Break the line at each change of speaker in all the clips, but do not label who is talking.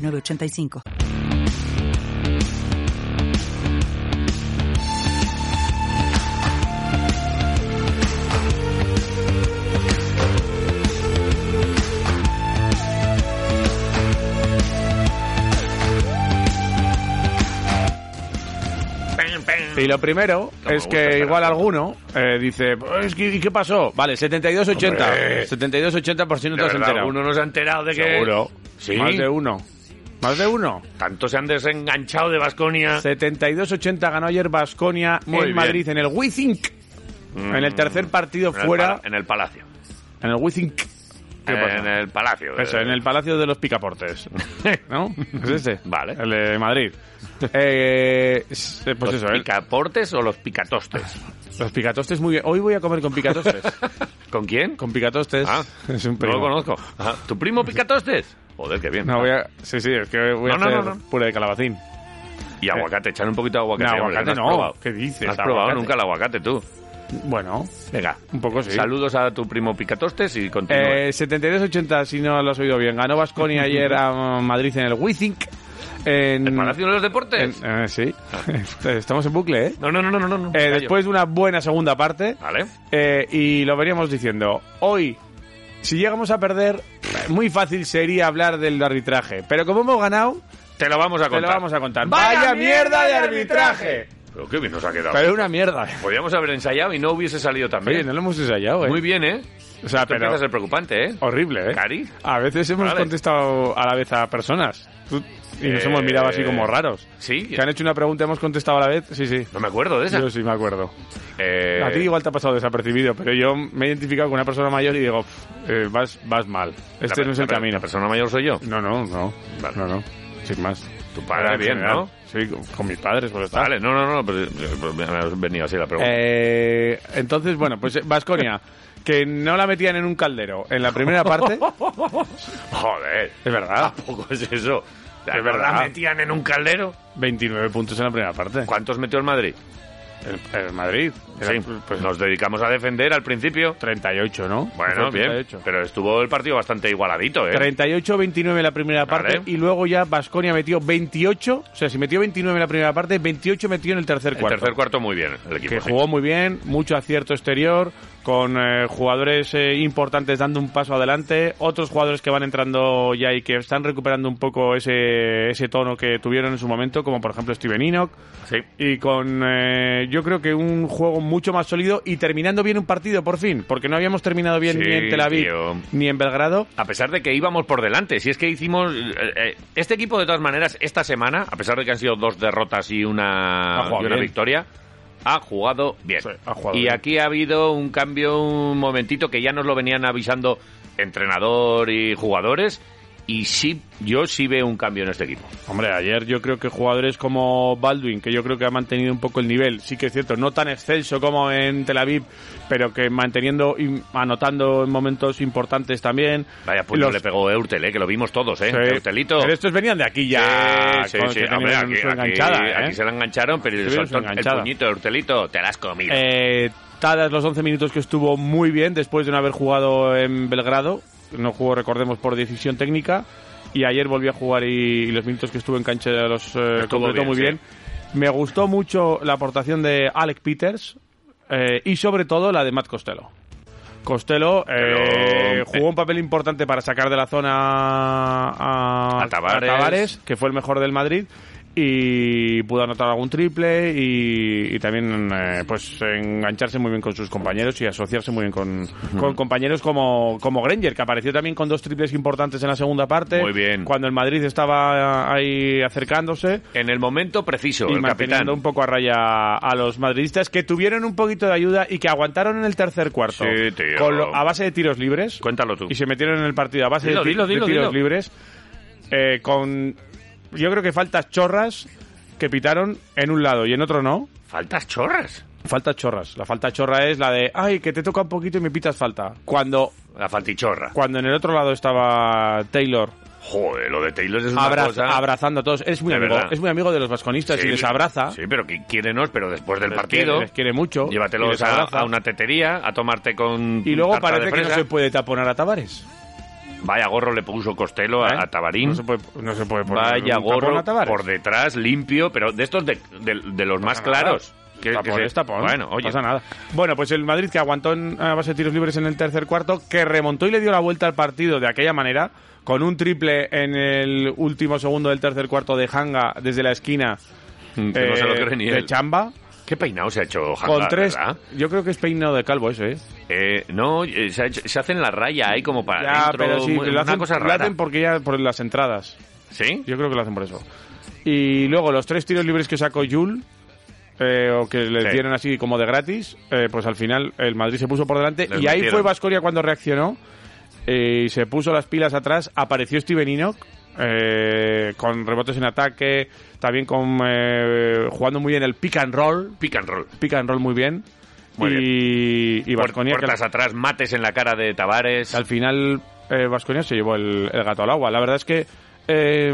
985.
Y lo primero
No me
es
gusta,
que
espera.
igual alguno eh, dice, es que, ¿y qué pasó? Vale, 72-80.
Hombre.
72-80 por si no
De
te has
verdad,
enterado.
uno no se ha enterado de que...
Seguro.
Sí.
Más de uno. Más de uno.
Tanto se han desenganchado de Vasconia.
72-80 ganó ayer Basconia en
Muy bien. Mm.
Madrid, en el Wizink. En el tercer partido fuera,
En el palacio.
en el Wizink. ¿Qué pasa?
En el palacio. Eh,
Eso, en el Palacio de los Picaportes. ¿No? ¿Es ese?
Vale.
El de Madrid. Eh, s- eh, pues
¿Los
eso, el-
picaportes o los picatostes?
los picatostes muy bien. Hoy voy a comer con picatostes.
¿Con quién?
con picatostes.
Ah,
es un
no
primo.
lo conozco. Ah, ¿Tu primo picatostes? Joder, qué bien.
No, voy a... Sí, sí, es que voy a
No, no,
hacer
no, no.
puré de calabacín.
Y aguacate, echar un poquito de
No,
aguacate. hombre,
aguacate
has
no.
probado.
¿Qué dices?
No has probado
Aguacate.
nunca el aguacate tú.
Bueno,
Venga,
un poco sí.
saludos a tu primo picatostes y continúa.
Eh, 72-80, si no lo has oído bien. Ganó Vasconia ayer a Madrid en el Wizink. En...
¿El palacio de Ah. los deportes?
en- eh, sí. Estamos en bucle, ¿eh?
No, no, no, no, no. no.
Eh,
Callo.
después de una buena segunda parte,
Vale.
eh, y lo veníamos diciendo, hoy, si llegamos a perder, muy fácil sería hablar del arbitraje. Pero como hemos ganado,
Te lo vamos a
te
contar.
lo vamos a contar. ¡Vaya, mierda de arbitraje!
Pero qué bien nos ha quedado.
Pero una mierda.
Podríamos haber ensayado y no hubiese salido tan
Oye,
bien.
no lo hemos ensayado, ¿eh?
Muy bien, ¿eh?
O sea,
Esto
pero
empieza a ser preocupante, ¿eh?
horrible, ¿eh?
Cari.
A veces hemos
Vale.
contestado a la vez a personas. Tú- Y nos
Eh,
hemos mirado así como raros.
sí.
Que han hecho una pregunta, hemos contestado a la vez. Sí, sí.
No me acuerdo de esa.
Yo sí me acuerdo.
Eh,
A ti igual te ha pasado desapercibido, pero yo me he identificado con una persona mayor y digo, "Pff, eh, vas, vas mal.
la
Este
per-
no es
la
el
per-
camino.
La persona mayor soy yo.
No, no, no.
Vale.
No, no. Sin más.
Tu padre
En
bien,
general.
¿no?
Sí, con, con mis padres, por estar.
Vale, no, no, no, pero, pero me ha venido así la pregunta.
Eh, entonces, bueno, pues Vasconia, que no la metían en un caldero en la primera parte.
Joder,
Es verdad.
tampoco es eso. ¿No
verdad.
¿La metían en un caldero?
29 puntos en la primera parte.
¿Cuántos metió el Madrid?
El, el Madrid. Era,
Sí,
pues
nos dedicamos a defender al principio.
38, ¿no?
Bueno,
Fue
bien,
38.
pero estuvo el partido bastante igualadito, ¿eh?
38-29 la primera parte
Vale.
y luego ya Vasconia metió 28. O sea, si metió 29 en la primera parte, 28 metió en el tercer
el
cuarto.
tercer cuarto muy bien, el equipo.
que
sí.
jugó muy bien, mucho acierto exterior, con eh, jugadores eh, importantes dando un paso adelante, otros jugadores que van entrando ya y que están recuperando un poco ese, ese tono que tuvieron en su momento, como por ejemplo Steven Enoch,
Sí.
y con eh, yo creo que un juego mucho más sólido y terminando bien un partido por fin, porque no habíamos terminado bien
Sí,
ni en Tel Aviv
tío.
ni en Belgrado.
A pesar de que íbamos por delante, si es que hicimos... eh, eh, este equipo, de todas maneras, esta semana, a pesar de que han sido dos derrotas y
Ha
una,
jugado
y una
bien.
victoria, ha jugado bien.
Sí, ha jugado
y
bien.
aquí ha habido un cambio, un momentito que ya nos lo venían avisando entrenador y jugadores, y sí, yo sí veo un cambio en este equipo.
Hombre, ayer yo creo que jugadores como Baldwin, que yo creo que ha mantenido un poco el nivel, sí que es cierto, no tan excelso como en Tel Aviv, pero que manteniendo y anotando en momentos importantes también.
Vaya puño
Los-
le pegó Eurtel, eh, que lo vimos todos, ¿eh?
Sí.
Eurtelito.
Pero estos venían de aquí ya.
sí,
con-
sí,
que tenían
hombre, aquí,
su
aquí-
enganchada, ¿eh?
aquí se la engancharon, pero le
Tuvieron su
soltó el
enganchada.
puñito de Urtelito, te la has comido.
Eh, Tadas los 11 minutos que estuvo muy bien después de no haber jugado en Belgrado. No jugó, recordemos, por decisión técnica. Y ayer volvió a jugar y, y los minutos que estuvo en cancha los eh,
Estuvo
completó
bien,
muy
sí.
bien. Me gustó mucho la aportación de Alec Peters eh, y sobre todo la de Matt Costello. Costello eh,
Pero-
jugó un papel importante para sacar de la zona a,
A Tavares.
que fue el mejor del Madrid, y pudo anotar algún triple y, y también eh, pues engancharse muy bien con sus compañeros y asociarse muy bien con, con compañeros como, como Granger, que apareció también con dos triples importantes en la segunda parte,
Muy bien.
cuando el Madrid estaba ahí acercándose.
En el momento preciso,
Y
el capitán.
manteniendo un poco a raya a los madridistas que tuvieron un poquito de ayuda y que aguantaron en el tercer cuarto
Sí, tío.
con lo- a base de tiros libres
Cuéntalo tú.
y se metieron en el partido a base
Dilo,
de, ti-
dilo,
de
dilo,
tiros
dilo.
libres. eh, con yo creo que faltas chorras que pitaron en un lado y en otro no.
Faltas chorras.
Faltas chorras. La falta chorra es la de, ay, que te toca un poquito y me pitas falta. Cuando,
La faltichorra.
cuando en el otro lado estaba Taylor
Joder, lo de Taylor es una
abra-
cosa...
abrazando a todos, es muy,
De
amigo,
verdad.
es muy amigo de los vasconistas
Sí,
y les abraza.
Sí, pero qui- quiérenos, pero después del
Les
partido...
quiere- les quiere mucho. y
Llévatelos
les
a,
abraza.
a una tetería, a tomarte con
Y luego
tarta de
parece que no
fresa.
se puede taponar a Tavares.
Vaya gorro le puso Costello
¿Eh?
a, a Tabarín.
No se puede, no se puede poner
Vaya
un tapón
gorro
a Tavares.
por detrás, limpio, pero de estos de, de- de los más
pasa nada.
claros. Que- que
Tapón
se-
es tapón.
Bueno, oye,
No pasa nada. Bueno, pues el Madrid que aguantó en a base de tiros libres en el tercer cuarto, que remontó y le dio la vuelta al partido de aquella manera, con un triple en el último segundo del tercer cuarto de Hanga desde la esquina
que no se lo
eh,
cree ni
de
él.
Chamba,
¿Qué peinado se ha hecho Hangar,
con tres.
verdad?
Yo creo que es peinado de calvo ese, ¿eh?
Eh, no, eh, se, ha hecho- se hacen la raya ahí como para
Ya,
adentro,
pero sí,
mu-
lo
una
hacen,
cosa
lo
rara.
hacen porque ya por las entradas.
¿Sí?
Yo creo que lo hacen por eso. Y luego los tres tiros libres que sacó Jul, eh, o que les
Sí.
dieron así como de gratis, eh, pues al final el Madrid se puso por delante.
Les
y ahí
metieron.
fue Vascoria cuando reaccionó eh, y se puso las pilas atrás. Apareció Steven Enoch. eh, con rebotes en ataque, también con eh, jugando muy bien el pick and roll,
Pick and roll.
pick and roll muy bien.
Muy
y y
Por-
Baskonia, que al-
Puertas atrás, mates en la cara de Tabares.
que al final eh, Vasconia se llevó el, el gato al agua. La verdad es que eh,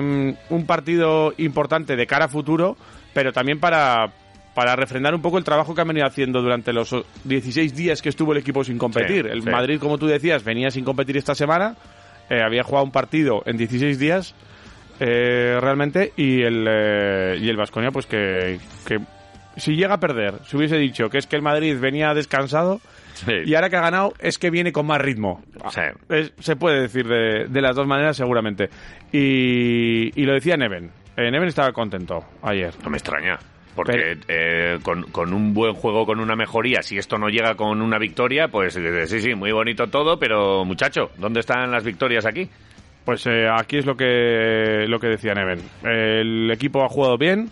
un partido importante de cara a futuro, pero también para, para refrendar un poco el trabajo que han venido haciendo durante los 16 días que estuvo el equipo sin competir.
Sí,
el
sí.
Madrid, como tú decías, venía sin competir esta semana, eh, había jugado un partido en 16 días. eh, realmente y el eh, y el Vasconia pues que, que si llega a perder se hubiese dicho que es que el Madrid venía descansado
Sí.
y ahora que ha ganado es que viene con más ritmo.
Sí.
Es- se puede decir de, de las dos maneras seguramente. Y, y lo decía Neven. Eh, Neven estaba contento ayer.
No me extraña. Porque eh, con, con un buen juego, con una mejoría, si esto no llega con una victoria, pues eh, sí, sí, muy bonito todo, pero muchacho, ¿dónde están las victorias aquí?
Pues eh, aquí es lo que, lo que decía Neven. El equipo ha jugado bien,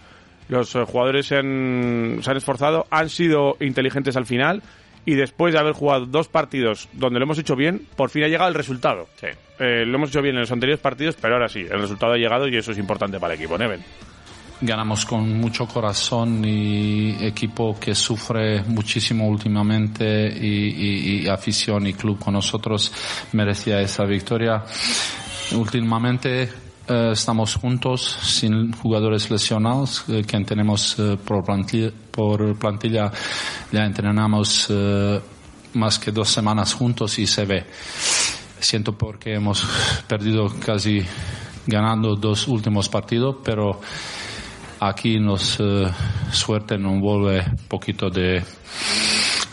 los eh, jugadores se han, se han esforzado, han sido inteligentes al final y después de haber jugado dos partidos donde lo hemos hecho bien, por fin ha llegado el resultado.
Sí.
Eh, lo hemos hecho bien en los anteriores partidos, pero ahora sí, el resultado ha llegado y eso es importante para el equipo, Neven.
ganamos con mucho corazón y equipo que sufre muchísimo últimamente y, y- y afición y club con nosotros merecía esa victoria. Últimamente eh, estamos juntos sin jugadores lesionados, eh, quien tenemos eh, por, plantilla, por plantilla ya entrenamos eh, más que dos semanas juntos y se ve siento porque hemos perdido casi ganando dos últimos partidos, pero aquí nos eh, suerte nos vuelve poquito de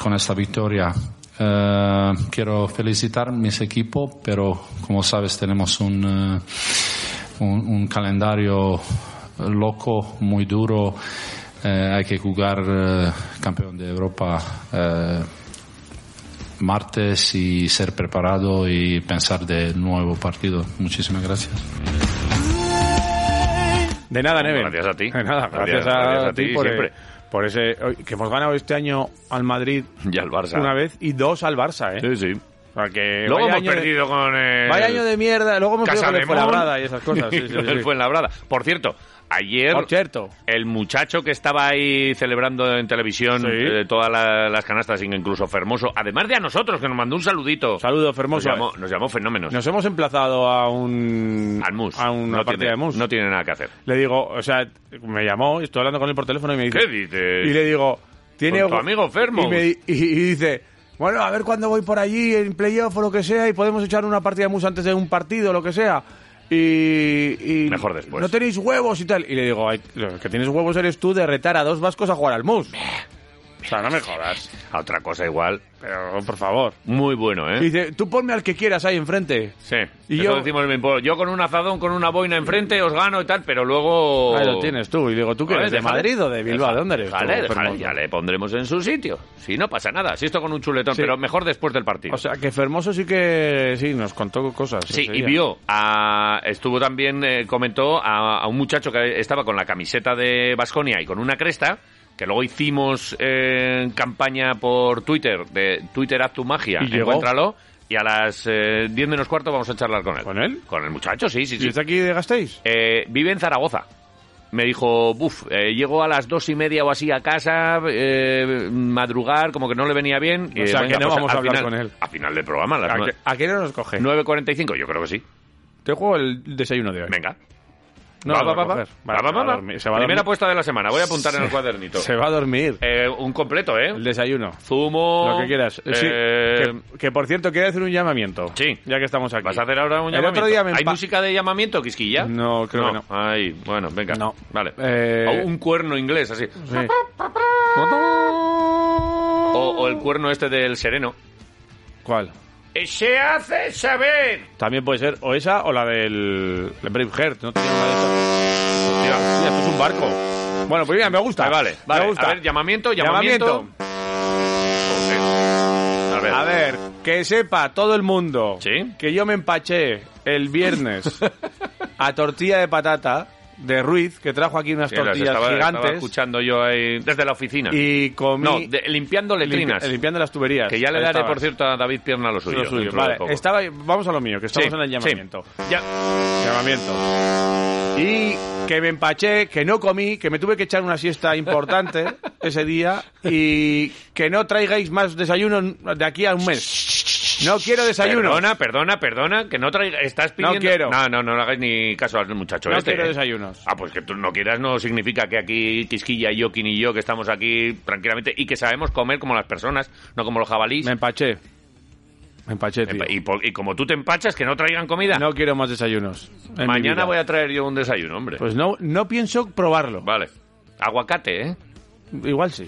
con esta victoria. Eh, quiero felicitar a mis equipos, pero como sabes tenemos un, eh, un, un calendario loco, muy duro. Eh, hay que jugar eh, campeón de Europa eh, martes y ser preparado y pensar de nuevo partido. Muchísimas gracias.
De nada, Neven.
Gracias a ti.
De nada, gracias,
Gracias-
a,
gracias a
ti,
ti
por,
siempre.
eh, por ese. oye, Que hemos ganado este año al Madrid
Ya el Barça.
una vez y dos al Barça, ¿eh?
Sí, sí.
O sea, que
Luego
vaya
hemos
año de-
perdido con el...
Vaya año de mierda, luego hemos perdido
Casa
con
de
el Fuenlabrada y esas cosas. Sí, sí, sí.
Por cierto, ayer...
Por cierto.
El muchacho que estaba ahí celebrando en televisión
Sí.
eh, todas la- las canastas, incluso Fermoso, además de a nosotros, que nos mandó un saludito.
Saludos,
Nos
Fermoso.
llamó, nos llamó Fenómenos.
Nos hemos emplazado a un.
al MUS.
A una
no
partida
tiene,
de MUS.
No tiene nada que hacer.
Le digo, o sea, me llamó, estoy hablando con él por teléfono y me dice.
¿Qué dices?
Y le digo, tiene
Con tu
algo-
amigo Fermo.
Y, me di- y- y dice, bueno, a ver cuándo voy por allí en playoff o lo que sea y podemos echar una partida de mus antes de un partido o lo que sea. Y, y-
Mejor después.
No tenéis huevos y tal. Y le digo, "Ay, el que tienes huevos eres tú de retar a dos vascos a jugar al mus.
¿Eh?
O sea, no me jodas.
A otra cosa igual.
Pero, por favor.
Muy bueno,
Y
¿eh?
dice, tú ponme al que quieras ahí enfrente.
Sí.
Y
Eso
yo-
decimos en mi pueblo. Yo con un azadón, con una boina enfrente, os gano y tal, pero luego...
Ahí lo tienes tú. Y digo, ¿tú qué
Joder,
eres? ¿De
Oh. déjale.
Madrid o de Bilbao? ¿De dónde eres? tú,
Déjale, déjale,
Fermoso?
ya le pondremos en su sitio. Si no pasa nada. Si esto con un chuletón,
Sí.
pero mejor después del partido.
O sea, que Fermoso sí que sí nos contó cosas.
Sí,
ese
y
día.
vio, a, estuvo también, eh, comentó a, a un muchacho que estaba con la camiseta de Basconia y con una cresta, que luego hicimos eh, campaña por Twitter, de Twitter Haz tu magia,
Y llegó.
encuéntralo, y a las eh, 10 menos cuarto vamos a charlar con él.
¿Con él?
Con el muchacho, sí, sí,
¿Y
sí.
está aquí de Gasteiz?
Eh, vive en Zaragoza. Me dijo, buf, eh, llego a las dos y media o así a casa, eh, madrugar, como que no le venía bien. pues,
O sea, que no vamos a
al
hablar
final-
con él.
A final del programa, a las
¿A
nue-
qué, a qué hora nos coge?
9.45, yo creo que sí.
Te juego el desayuno de hoy.
Venga.
No,
va,
no
va, va,
lo va a
va.
coger. Vale,
Va, va,
se va a
va.
dormir, se va a
Primera
dormir.
apuesta de la semana, voy a apuntar en el cuadernito.
Se va a dormir.
Eh, un completo, ¿eh?
El desayuno.
Zumo.
Lo que quieras. Sí,
eh,
que, que, por cierto, quiero hacer un llamamiento.
Sí.
Ya que estamos aquí.
¿Vas a hacer ahora un
El
llamamiento?
otro día me
¿Hay
empa-
música de llamamiento, Quisquilla?
No, creo que no.
Ay, bueno, venga.
No.
Vale.
Eh,
O un cuerno inglés, así.
Sí.
O, o el cuerno este del sereno.
¿Cuál?
Eh, ¡Se hace saber!
También puede ser o esa o la del el Braveheart. No tenía una de esas. Hostia, hostia, esto es un barco. Bueno, pues mira, me gusta.
Ah, vale, vale.
Me gusta.
A ver, llamamiento, llamamiento.
Llamamiento.
Ok. A ver.
A ver, que sepa todo el mundo
Sí.
que yo me empaché el viernes a tortilla de patata de Ruiz, que trajo aquí unas
Sí, las
tortillas
estaba, estaba
gigantes.
escuchando yo ahí desde la oficina.
y comí.
no, de- limpiando letrinas.
limpi- limpiando las tuberías.
que ya le
Ahí
daré,
estaba.
por cierto, a David Pierna lo suyo.
Lo suyo.
dentro de
Vale,
poco.
estaba, vamos a lo mío, que estamos
Sí,
en el
sí.
llamamiento.
Ya.
Llamamiento. Y que me empaché, que no comí, que me tuve que echar una siesta importante ese día y que no traigáis más desayuno de aquí a un mes. No quiero desayuno.
Perdona, perdona, perdona, que no traiga. Estás pidiendo.
quiero.
No, no, no le hagáis ni caso al muchacho
No
este.
quiero
¿eh?
desayunos.
Ah, pues que tú no quieras no significa que aquí Quisquilla, Yokin y yo, que estamos aquí tranquilamente y que sabemos comer como las personas, no como los jabalíes.
Me empaché. Me empaché, tío.
y, por- y como tú te empachas, que no traigan comida.
No quiero más desayunos. en mi
Mañana
vida.
voy a traer yo un desayuno, hombre.
Pues no, no pienso probarlo.
Vale. Aguacate, ¿eh?
Igual sí.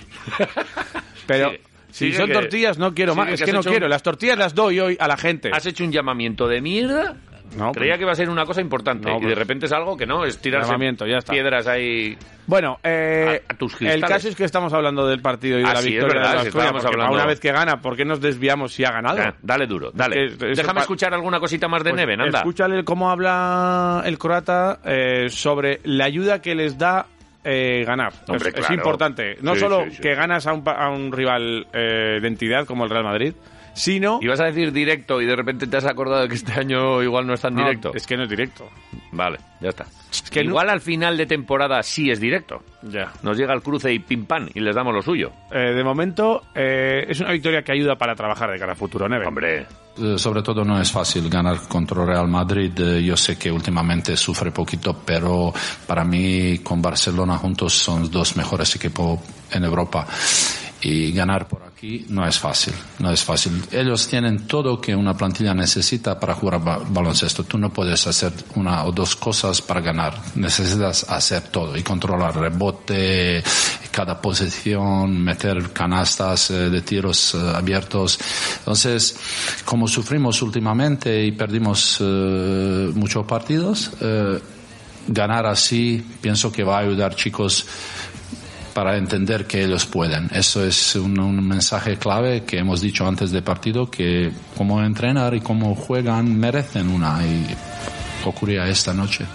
Pero
Sigue.
si
Sigue
son
que-
tortillas, no quiero
sigue
más.
que
Es
has
que no
hecho un-
quiero. Las tortillas las doy hoy a la gente.
¿Has hecho un llamamiento de mierda?
No,
Creía que iba a ser una cosa importante
No,
y de
pues-
repente es algo que no, es tirarse
Llamamiento, ya está.
piedras ahí.
Bueno, eh,
A- a tus
el
cristales.
caso es que estamos hablando del partido y de
Ah,
la
sí, es
victoria
verdad,
de la
sí,
Asturias,
estábamos
porque
hablando.
Una vez que gana, ¿por qué nos desviamos si ha ganado?
Ah, dale duro, dale.
Es que eso
Déjame
pa-
escuchar alguna cosita más de
Pues
Neven, anda.
Escúchale cómo habla el croata eh, sobre la ayuda que les da eh, ganar.
Hombre,
es, es
claro.
importante. No
Sí,
solo
sí, sí.
que ganas a un, pa- a un rival eh, de entidad como el Real Madrid, sino...
Ibas a decir directo y de repente te has acordado que este año igual no es tan
No,
directo.
es que no es directo.
Vale, ya está.
que no-
igual al final de temporada sí es directo.
Ya.
Nos llega el cruce y pim pam y les damos lo suyo.
Eh, de momento, eh, es una victoria que ayuda para trabajar de cara a futuro, Neven.
Hombre,
Eh, Sobre todo no es fácil ganar contra Real Madrid. Eh, Yo sé que últimamente sufre poquito, pero para mí con Barcelona juntos son dos mejores equipos en Europa. Y ganar por aquí no es fácil, no es fácil. Ellos tienen todo que una plantilla necesita para jugar ba- baloncesto. Tú no puedes hacer una o dos cosas para ganar. Necesitas hacer todo y controlar rebote, cada posición, meter canastas eh, de tiros eh, abiertos. Entonces, como sufrimos últimamente y perdimos eh, muchos partidos, eh, ganar así pienso que va a ayudar chicos para entender que ellos pueden. Eso es un, un mensaje clave que hemos dicho antes del partido, que cómo entrenar y cómo juegan merecen una y ocurría esta noche.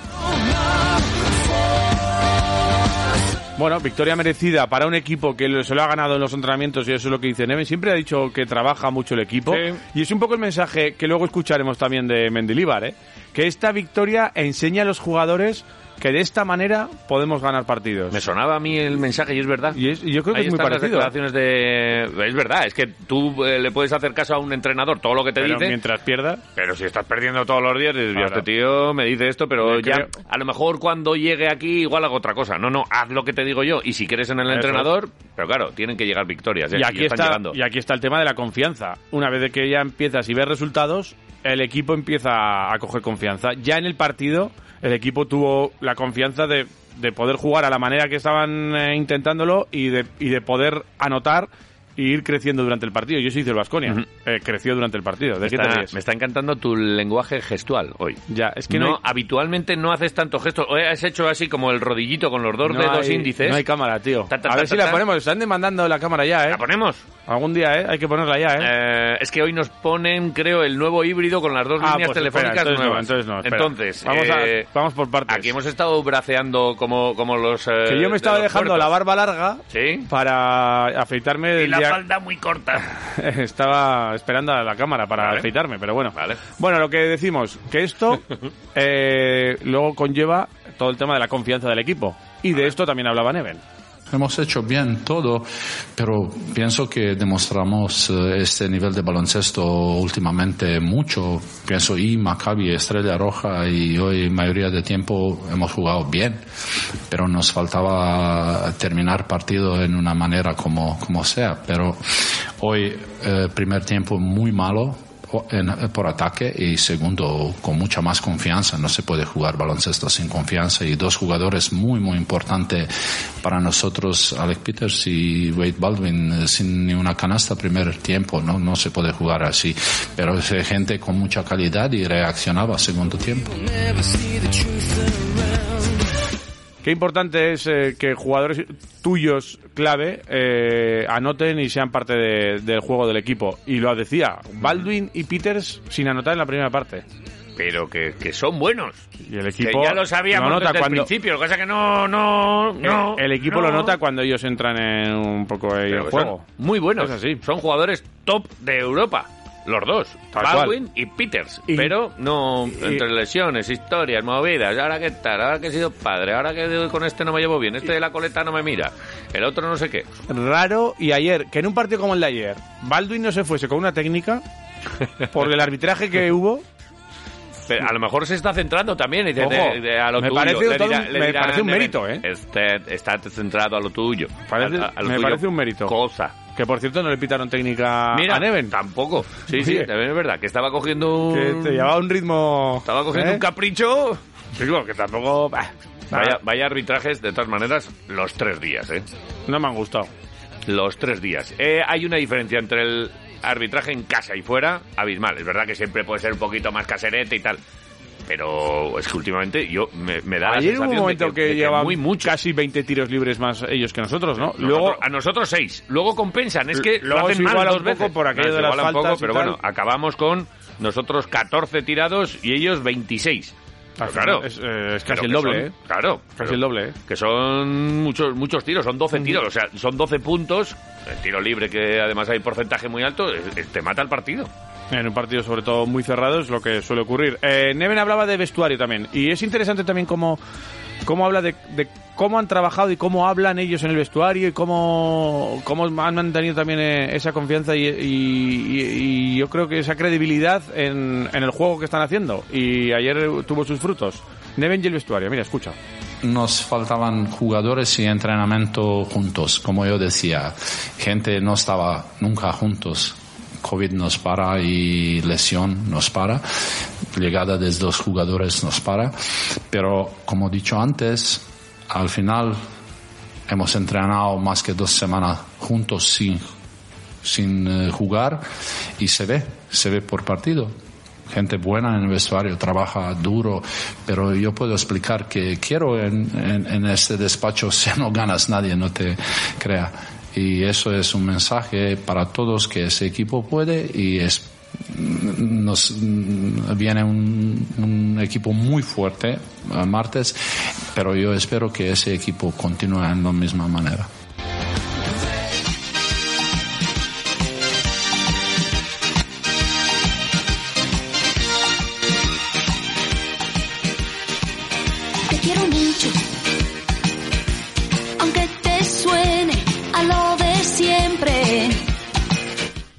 Bueno, victoria merecida para un equipo que lo- se lo ha ganado en los entrenamientos y eso es lo que dice Neven. Siempre ha dicho que trabaja mucho el equipo.
Sí.
Y es un poco el mensaje que luego escucharemos también de Mendilibar, ¿eh? que esta victoria enseña a los jugadores que de esta manera podemos ganar partidos.
me sonaba a mí el mensaje y es verdad.
Y, es- y yo creo que
Ahí
es muy
están las
parecido. ¿eh?
declaraciones de... Es verdad, es que tú eh, le puedes hacer caso a un entrenador todo lo que te
Pero
dice,
mientras pierda,
pero si estás perdiendo todos los días, dices, "Ya,
Ahora.
este tío me dice esto, pero
Yo
ya
creo-
a lo mejor cuando llegue aquí igual hago otra cosa. No, no, haz lo que te digo yo y si quieres en el
Eso
entrenador, pero claro, tienen que llegar victorias. ¿eh?
y aquí,
están
está,
llegando.
y aquí está el tema de la confianza. Una vez de que ya empiezas y ves resultados, el equipo empieza a coger confianza. Ya en el partido, el equipo tuvo la confianza de, de poder jugar a la manera que estaban eh, intentándolo y de, y de poder anotar e ir creciendo durante el partido. Yo eso hice el Vasconia. Eh, creció durante el partido. ¿De qué te
Está-
ríes?
me está encantando tu lenguaje gestual hoy.
Ya, es que
no,
no, hay-
habitualmente no haces tanto gesto. Hoy has hecho así como el rodillito con los dos
no
dedos
hay-
índices.
no hay cámara, tío.
Ta, ta,
a
ta,
ver
ta, Ah,
si la
ta.
ponemos. Están demandando la cámara ya, ¿eh?
¿La ponemos?
Algún día, ¿eh? Hay que ponerla ya, ¿eh?
Eh, es que hoy nos ponen, creo, el nuevo híbrido con las dos
Ah,
líneas
pues
telefónicas
espera, entonces no,
nuevas.
entonces no, espera.
Entonces,
vamos, a-
eh,
vamos por partes.
aquí hemos estado braceando como, como los. eh,
Que yo me
de
estaba
los
dejando
puertos.
la barba larga
Sí.
para afeitarme
Y
el
la
día
falda muy corta.
Estaba esperando a la cámara para
Vale.
afeitarme, pero bueno.
Vale.
Bueno, lo que decimos, que esto eh, luego conlleva todo el tema de la confianza del equipo. Y de esto también hablaba Neven.
Hemos hecho bien todo, pero pienso que demostramos eh, este nivel de baloncesto últimamente mucho. Pienso y Maccabi, Estrella Roja y hoy mayoría de tiempo hemos jugado bien, pero nos faltaba terminar partido en una manera como, como sea. Pero hoy eh, primer tiempo muy malo, o- en- por ataque y segundo con mucha más confianza. No se puede jugar baloncesto sin confianza y dos jugadores muy muy importantes para nosotros, Alec Peters y Wade Baldwin, eh, sin ni una canasta primer tiempo, no no se puede jugar así. Pero es eh, gente con mucha calidad y reaccionaba segundo tiempo.
Qué importante es eh, que jugadores tuyos clave eh, anoten y sean parte de- del juego del equipo. Y lo decía, Baldwin y Peters sin anotar en la primera parte.
Pero que, que son buenos.
Y el equipo
que ya lo sabíamos
lo nota
desde
cuando-
el principio. Lo que pasa es que no, no, no.
el equipo
no.
lo nota cuando ellos entran en un poco ahí
Pero
en
que
juego.
son muy buenos.
Es así.
Son jugadores top de Europa. Los dos.
Tal
Baldwin y Peters.
Y-
pero no
y-
entre lesiones, historias, movidas. Ahora que tal, ahora que he sido padre, ahora que con este no me llevo bien, este de la coleta no me mira, el otro no sé qué.
Raro y ayer, que en un partido como el de ayer, Baldwin no se fuese con una técnica por el arbitraje que hubo.
Pero a lo mejor se está centrando también. y dice,
Ojo,
de- de- a lo
me
tuyo.
parece
Le
todo
dirá-
un-
le
me
dirá
parece un
Neven,
mérito, ¿eh?
Este, está centrado a lo tuyo.
Parece-
A- a lo
me
tuyo.
parece un mérito.
Cosa.
Que por cierto no le pitaron técnica
Mira,
a Neven.
tampoco. Sí,
Oye.
sí, también es verdad. Que estaba cogiendo
Que
un-
te llevaba un ritmo.
Estaba cogiendo
¿eh? Ah,
un capricho.
Digo, que tampoco. bah, bah,
Vaya, vaya arbitrajes, de todas maneras, los tres días, ¿eh?
No me han gustado.
Los tres días. Eh, hay una diferencia entre el arbitraje en casa y fuera, abismal. Es verdad que siempre puede ser un poquito más caserete y tal. Pero es que últimamente yo me, me da
Ayer
la
hubo
sensación
un
de
momento que,
de
llevaban
muy mucho.
casi 20 tiros libres más ellos que nosotros, ¿no?
Luego,
Luego,
a nosotros seis. Luego compensan. Es que
L- luego
lo hacen
se
mal
iguala
dos
un poco
veces.
por aquello
No, se
de las
iguala un poco,
faltas y
pero
tal.
bueno, acabamos con nosotros 14 tirados y ellos 26. Pero
al final
claro,
es, eh, es
pero
casi el
que
doble,
son-
¿eh?
Claro.
Casi el doble, ¿eh? Mm.
Que son muchos muchos tiros, son 12 tiros, o sea, son 12 puntos. El tiro libre, que además hay porcentaje muy alto, es- es- te mata el partido.
En un partido sobre todo muy cerrado es lo que suele ocurrir. Eh, Neven hablaba de vestuario también. Y es interesante también cómo, cómo habla de, de cómo han trabajado y cómo hablan ellos en el vestuario y cómo, cómo han mantenido también eh, esa confianza y, y- y- y yo creo que esa credibilidad en, en el juego que están haciendo. Y ayer tuvo sus frutos. Neven y el vestuario. Mira, escucha.
nos faltaban jugadores y entrenamiento juntos, como yo decía, gente no estaba nunca juntos. COVID nos para y lesión nos para, llegada de dos jugadores nos para, pero como dicho antes, al final hemos entrenado más que dos semanas juntos sin sin eh, jugar y se ve, se ve por partido. Gente buena en el vestuario, trabaja duro, pero yo puedo explicar que quiero en, en- en este despacho, si no ganas nadie, no te crea. Y eso es un mensaje para todos que ese equipo puede y es nos mm, viene un, un equipo muy fuerte eh, martes, pero yo espero que ese equipo continúe en la misma manera.
Te quiero mucho. Aunque te suene a lo de siempre.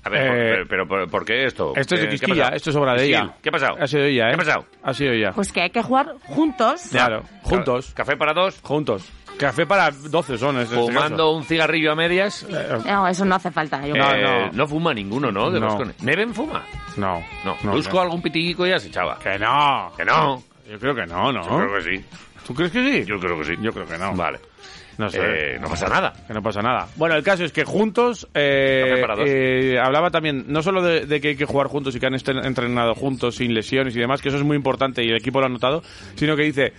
A ver,
Eh,
por- pero, pero ¿por qué esto? Eh,
Esto
¿Qué-
es de
qué ha
Quisquilla,
pasado?
esto es obra de ella.
Quisquil, ¿Qué ha pasado?
Ha sido ella, ¿eh?
¿Qué ha pasado?
Ha sido ella.
Pues que hay que jugar juntos.
claro, juntos.
Café para dos,
Juntos. Café para 12 son, en este caso.
fumando un cigarrillo a medias.
No, eso no hace falta. Yo creo.
Eh,
no.
fuma ninguno, ¿no? De
No.
Boscones. ¿Neven fuma?
No,
No. Busco algún pitiquico y ya se echaba.
Que no.
Que no.
Yo creo que no, ¿no?
Yo creo que sí.
¿Tú crees que sí?
Yo creo que sí.
Yo creo que no.
Vale.
No sé.
Eh, no pasa nada.
Que no pasa nada. Bueno, el caso es que juntos. eh,
Café para dos.
eh, hablaba también, no solo de, de que hay que jugar juntos y que han est- entrenado juntos sin lesiones y demás, que eso es muy importante y el equipo lo ha notado, sino que dice.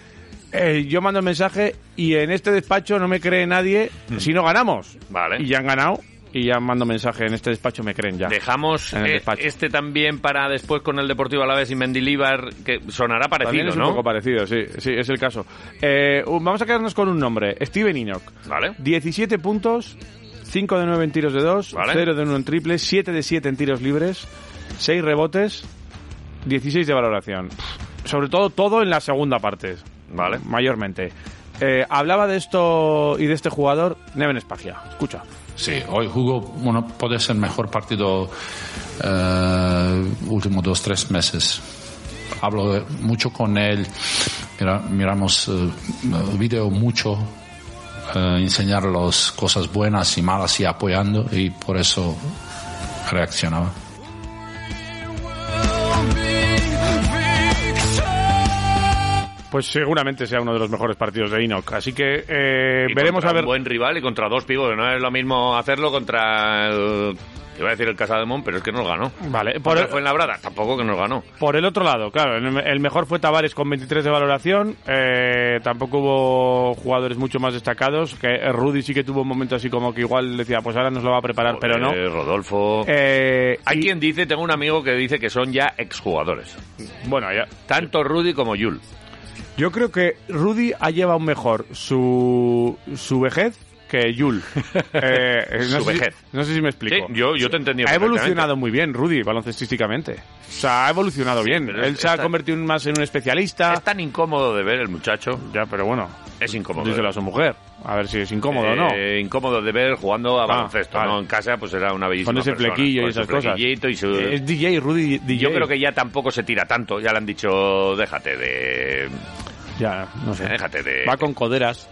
eh, yo mando el mensaje y en este despacho no me cree nadie si no ganamos.
Mm. Vale.
Y ya han ganado y ya mando mensaje. En este despacho me creen ya.
Dejamos
En el
eh,
despacho.
este también para después con el Deportivo Alavés y Mendilibar, que sonará
También
parecido,
es un
¿no?
poco parecido, sí, sí, es el caso. Eh, un- vamos a quedarnos con un nombre, Steven Enoch.
Vale.
17 puntos, 5 de 9 en tiros de 2,
Vale.
0 de 1 en triple, 7 de 7 en tiros libres, 6 rebotes, 16 de valoración. Sobre todo, todo en la segunda parte.
Vale.
Mayormente. Eh, hablaba de esto y de este jugador, Neven Espagia. Escucha.
Sí, hoy jugó, bueno, puede ser mejor partido eh, últimos dos, tres meses. Hablo de- mucho con él, mira- miramos eh, video mucho, eh, enseñar las cosas buenas y malas y apoyando y por eso reaccionaba.
Pues seguramente sea uno de los mejores partidos de Enoch. Así que eh,
Y
veremos
contra
a ver.
Un buen rival y contra dos pibos. No es lo mismo hacerlo contra. El, iba a decir el Casademont, pero es que no lo ganó.
Vale, por,
Por fue en la brada, tampoco que nos ganó.
Por el otro lado, claro, el el mejor fue Tavares con 23 de valoración. eh, tampoco hubo jugadores mucho más destacados. Que Rudy sí que tuvo un momento así como que igual decía, pues ahora nos lo va a preparar, pero no.
Eh, Rodolfo.
Eh,
Hay
y-
quien dice, tengo un amigo que dice que son ya exjugadores.
bueno, ya-
Tanto Rudy como Yul.
yo creo que Rudy ha llevado mejor su, su vejez que Yul. Eh, eh,
Su
no sé si-
vejez.
no sé si me explico.
Sí, yo- yo te he entendido perfectamente.
Ha evolucionado muy bien Rudy baloncestísticamente. O sea, ha evolucionado bien.
pero
Él
es-
se ha
está-
convertido en- más en un especialista.
Es tan incómodo de ver el muchacho.
Ya, pero bueno,
Es incómodo. de
díselo a su mujer. A ver si es incómodo o no.
Eh, Incómodo de ver jugando a
Ah,
baloncesto,
vale.
¿no? En casa, pues era una bellísima
Con ese
persona,
flequillo y
con
esas
su
cosas. Eh,
flequillito y su-
Es DJ, Rudy DJ.
Yo creo que ya tampoco se tira tanto. Ya le han dicho, déjate de...
Ya, no sé.
Eh, Déjate de...
Va con coderas.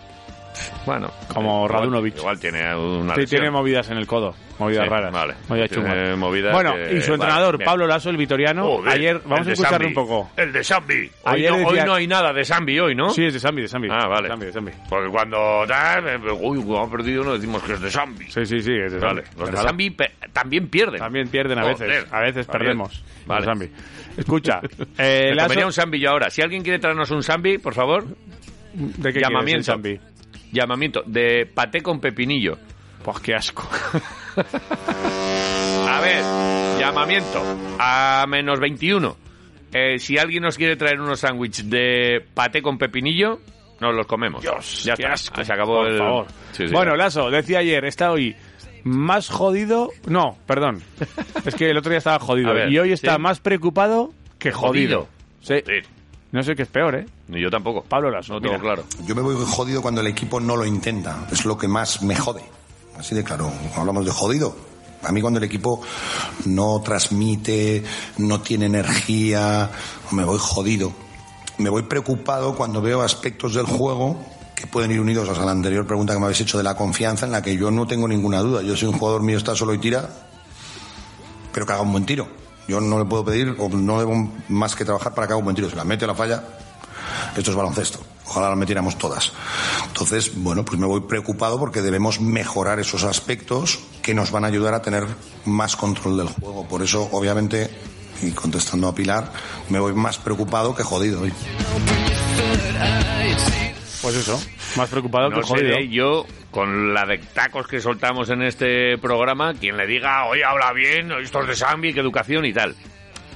Bueno.
como
igual-
Radunovic.
Igual tiene una
Sí,
lesión.
tiene movidas en el codo. Movidas
Sí,
raras.
vale.
Movidas
Tiene
chungas.
movidas
bueno,
que-
y su
vale,
entrenador,
bien.
Pablo Lasso, el vitoriano.
Joder,
ayer,
el
vamos a
de
escucharlo
Sambi.
un poco.
El de Sambi. Hoy,
Ayer
no, hoy
decía-
no hay nada de Sambi hoy, ¿no?
Sí, es de Zambi, de Zambi.
Ah, vale.
Zambi, de Zambi.
Porque cuando... da, eh, Uy, ha perdido uno, decimos que es de Sambi.
Sí, sí, sí, es de Zambi.
Vale. Los de
Claro.
Sambi pe- también pierden.
También pierden a
Joder.
veces. A veces
También.
perdemos.
Vale.
Los Zambi. Escucha, eh,
Me
Lasso-
comería un Sambi yo ahora. Si alguien quiere traernos un Sambi, por favor,
¿De qué
llamamiento.
quieres el Zambi?
llamamiento. De paté con pepinillo.
Pues qué asco.
A ver, llamamiento a menos 21. Eh, si alguien nos quiere traer unos sándwiches de paté con pepinillo, nos los comemos.
Dios,
ya
qué
está. Ah,
asco,
Se acabó
por
el.
favor.
Sí, sí.
bueno, Lazo, decía ayer, está hoy más jodido. No, perdón. es que el otro día estaba jodido.
A ver,
y hoy está
sí.
más preocupado que jodido. Sí.
Sí,
No sé qué es peor, ¿eh?
ni yo tampoco.
Pablo Lasso.
no tengo
mira.
claro.
Yo me voy jodido cuando el equipo no lo intenta. Es lo que más me jode. Así de claro, hablamos de jodido. A mí cuando el equipo no transmite, no tiene energía, me voy jodido. Me voy preocupado cuando veo aspectos del juego que pueden ir unidos a la anterior pregunta que me habéis hecho de la confianza, en la que yo no tengo ninguna duda. Yo soy un jugador mío, está solo y tira, pero que haga un buen tiro. Yo no le puedo pedir, o no debo más que trabajar para que haga un buen tiro. Si la mete o la falla, esto es baloncesto. Ojalá las metiéramos todas. Entonces, bueno, pues me voy preocupado porque debemos mejorar esos aspectos que nos van a ayudar a tener más control del juego. Por eso, obviamente, y contestando a Pilar, me voy más preocupado que jodido hoy.
Pues eso, más preocupado
No ¿eh?
que jodido.
seré yo, con la de tacos que soltamos en este programa, quien le diga, oye, habla bien, estos de Zambi, que educación y tal.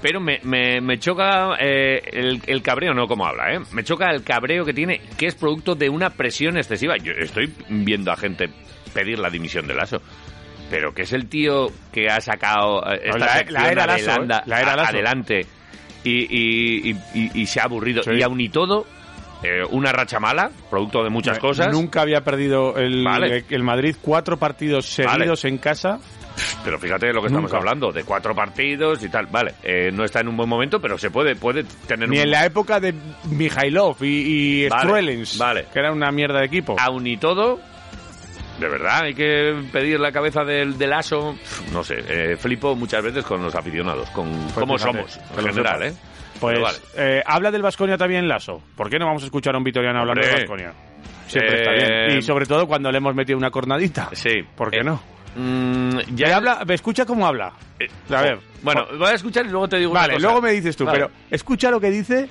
Pero me, me- me choca eh, el, el cabreo, no como habla, ¿eh? Me choca el cabreo que tiene, que es producto de una presión excesiva. Yo estoy viendo a gente pedir la dimisión de Lasso. Pero que es el tío que ha sacado eh, esta
No, la-
sección
la era Lasso,
adelanda-
¿eh? La era
a-
Lasso.
adelante y, y- y- y- y se ha aburrido.
Sí.
Y aún y todo, eh, una racha mala, producto de muchas
Eh,
cosas.
Nunca había perdido el,
Vale.
el Madrid cuatro partidos
Vale.
seguidos en casa.
Pero fíjate de lo que estamos
Nunca.
hablando, de cuatro partidos y tal. Vale, eh, no está en un buen momento, pero se puede, puede tener
Ni
un...
en la época de Mijailov y, y
Vale,
Struelens,
vale.
que era una mierda de equipo.
Aún y todo, de verdad, hay que pedir la cabeza del, del aso. No sé, eh, flipo muchas veces con los aficionados, con cómo
Pues fíjate,
somos
que
en
lo
general, ¿eh?
sepas. Pues
Pero vale.
eh, habla del Vasconia también Lasso. ¿Por qué no vamos a escuchar a un vitoriano hablando
Hombre.
de Vasconia? Siempre está
Eh,
bien. Y sobre todo cuando le hemos metido una cornadita.
Sí.
¿Por qué
Eh,
no?
mm,
Ya
ya
habla, escucha cómo habla.
eh,
A ver.
Bueno, voy a escuchar y luego te digo una
Vale,
cosa.
luego me dices tú,
Vale.
pero escucha lo que dice.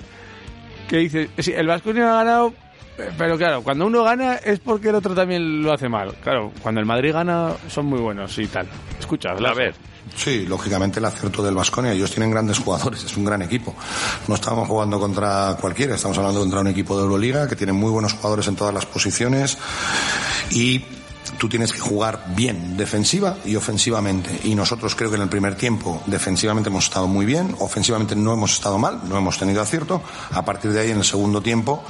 Que dice, sí, el Vasconia ha ganado, eh, pero claro, cuando uno gana es porque el otro también lo hace mal. Claro, cuando el Madrid gana son muy buenos y tal. Escucha,
A
Lasso.
ver,
Sí, lógicamente el acierto del Vasconia. Ellos tienen grandes jugadores, es un gran equipo. No estamos jugando contra cualquiera, estamos hablando contra un equipo de Euroliga que tiene muy buenos jugadores en todas las posiciones y tú tienes que jugar bien defensiva y ofensivamente. Y nosotros creo que en el primer tiempo defensivamente hemos estado muy bien, ofensivamente no hemos estado mal, no hemos tenido acierto. A partir de ahí en el segundo tiempo,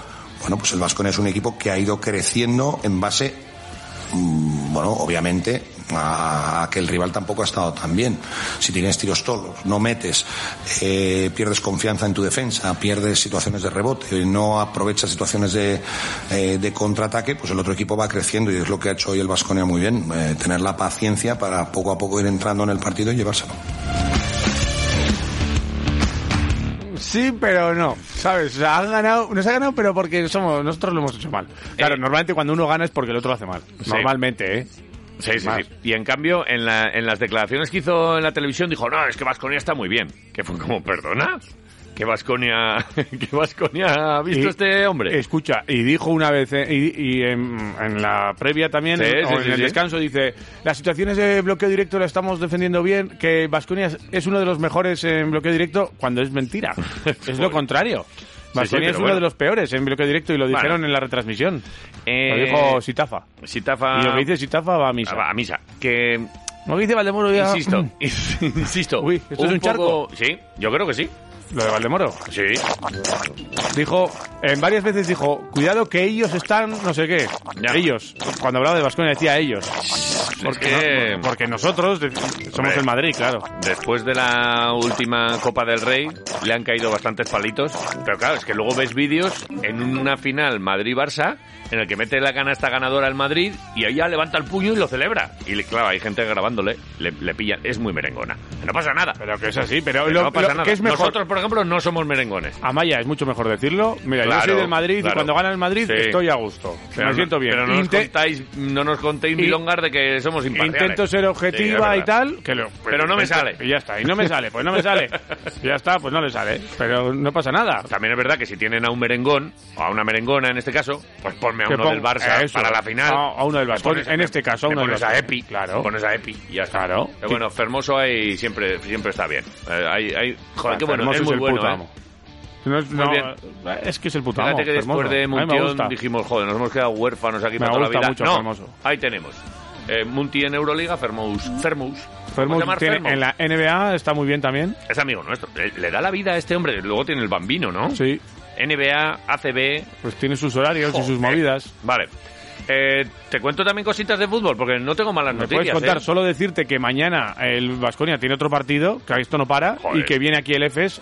bueno, pues el Vasconia es un equipo que ha ido creciendo en base, mm, bueno, obviamente a a que el rival tampoco ha estado tan bien. Si tienes tiros tolos, no metes, eh, pierdes confianza en tu defensa, pierdes situaciones de rebote, no aprovechas situaciones de, eh, de contraataque, pues el otro equipo va creciendo y es lo que ha hecho hoy el Vasconia muy bien, eh, tener la paciencia para poco a poco ir entrando en el partido y llevárselo.
Sí, pero no, ¿sabes? O sea, han ganado, nos ha ganado, pero porque somos, nosotros lo hemos hecho mal. Claro,
Eh.
normalmente cuando uno gana es porque el otro lo hace mal.
Sí.
Normalmente, ¿eh?
Sí, sí,
Más.
sí. Y en cambio, en, la- en las declaraciones que hizo en la televisión, dijo, no, es que Vasconia está muy bien. Que fue como, perdona, que Vasconia que Vasconia ha visto
Y-
este hombre.
Escucha, y dijo una vez, eh, y, y en, en la previa también,
Sí,
eh, o
sí,
en
sí,
el
sí.
descanso, dice, las situaciones de bloqueo directo las estamos defendiendo bien, que Vasconia es uno de los mejores en bloqueo directo, cuando es mentira. es lo contrario. Vasconia
pero
es uno
bueno.
de los peores en bloqueo directo y lo
Bueno.
dijeron en la retransmisión.
Eh, ah.
Lo dijo Sitafa.
Sitafa-
Y lo que dice Sitafa va a misa.
a misa. Que
Lo que dice Valdemoro ya...
Insisto, insisto.
Uy, ¿esto es un charco?
poco- Sí, yo creo que sí.
Lo de Valdemoro.
Sí.
Dijo, en varias veces dijo, cuidado que ellos están, no sé qué.
Ya.
Ellos. Cuando hablaba de Vasconia decía ellos. Porque,
que-
no- porque nosotros de- somos
Hombre.
el Madrid, claro.
Después de la última Copa del Rey le han caído bastantes palitos. Pero claro, es que luego ves vídeos en una final Madrid-Barça en el que mete la canasta ganadora al Madrid y ella levanta el puño y lo celebra. Y le- claro, hay gente grabándole, le, le pillan. Es muy merengona. Que No pasa nada.
Pero que es así, pero,
Que
lo,
no pasa
lo
nada.
que es mejor.
Nosotros, por ejemplo, no somos merengones.
Amaya, es mucho mejor decirlo. Mira,
Claro,
yo soy del Madrid y
claro.
cuando gana el Madrid
Sí.
estoy a gusto.
Pero
me
no-
siento bien.
Pero no,
Inte-
nos contáis, no nos contéis
In-
milongas de que somos imparciales.
intento ser
Sí, es
objetiva
verdad.
y tal. Que lo-
Pero no me sale.
Y ya está. Y no me sale, pues no me sale. ya está, pues no le sale. Pero no pasa nada.
También es verdad que si tienen a un merengón, o a una merengona en este caso, pues ponme a
Que
uno
pon-
del Barça
eso.
para la final.
A, a uno del
Me
Barça.
pones-
en este caso, a
me
uno del
pones
Barça.
a Epi,
Claro.
me Pones a Epi y ya está.
Claro.
Pero bueno, Fermoso ahí siempre, siempre está bien. Eh, hay, hay- joder, qué bueno,
Hermoso
es muy
el
bueno.
puto
¿eh?
amo. No es,
Muy
no, eh,
bien.
es que es el puto
Fíjate
amo,
que después
Fermoso.
de
A mí me
Muntión
gusta.
dijimos, joder, nos hemos quedado huérfanos aquí
Me
para toda la
gusta
vida.
mucho
no,
Fermoso.
ahí tenemos. Eh, Munti en Euroliga, Fermous. Fermous. ¿Cómo se
Fermos
llama?
tiene-
Fermous.
en la NBA está muy bien también.
Es amigo nuestro. Le, le da la vida a este hombre. Luego tiene el bambino, ¿no?
Sí,
NBA, ACB,
pues tiene sus horarios y sus
Joder.
movidas.
Vale. Eh, te cuento también cositas de fútbol, porque no tengo malas
Me
noticias.
puedes contar,
¿eh?
solo decirte que mañana el Vasconia tiene otro partido, que esto no para,
Joder.
y que viene aquí el EFES.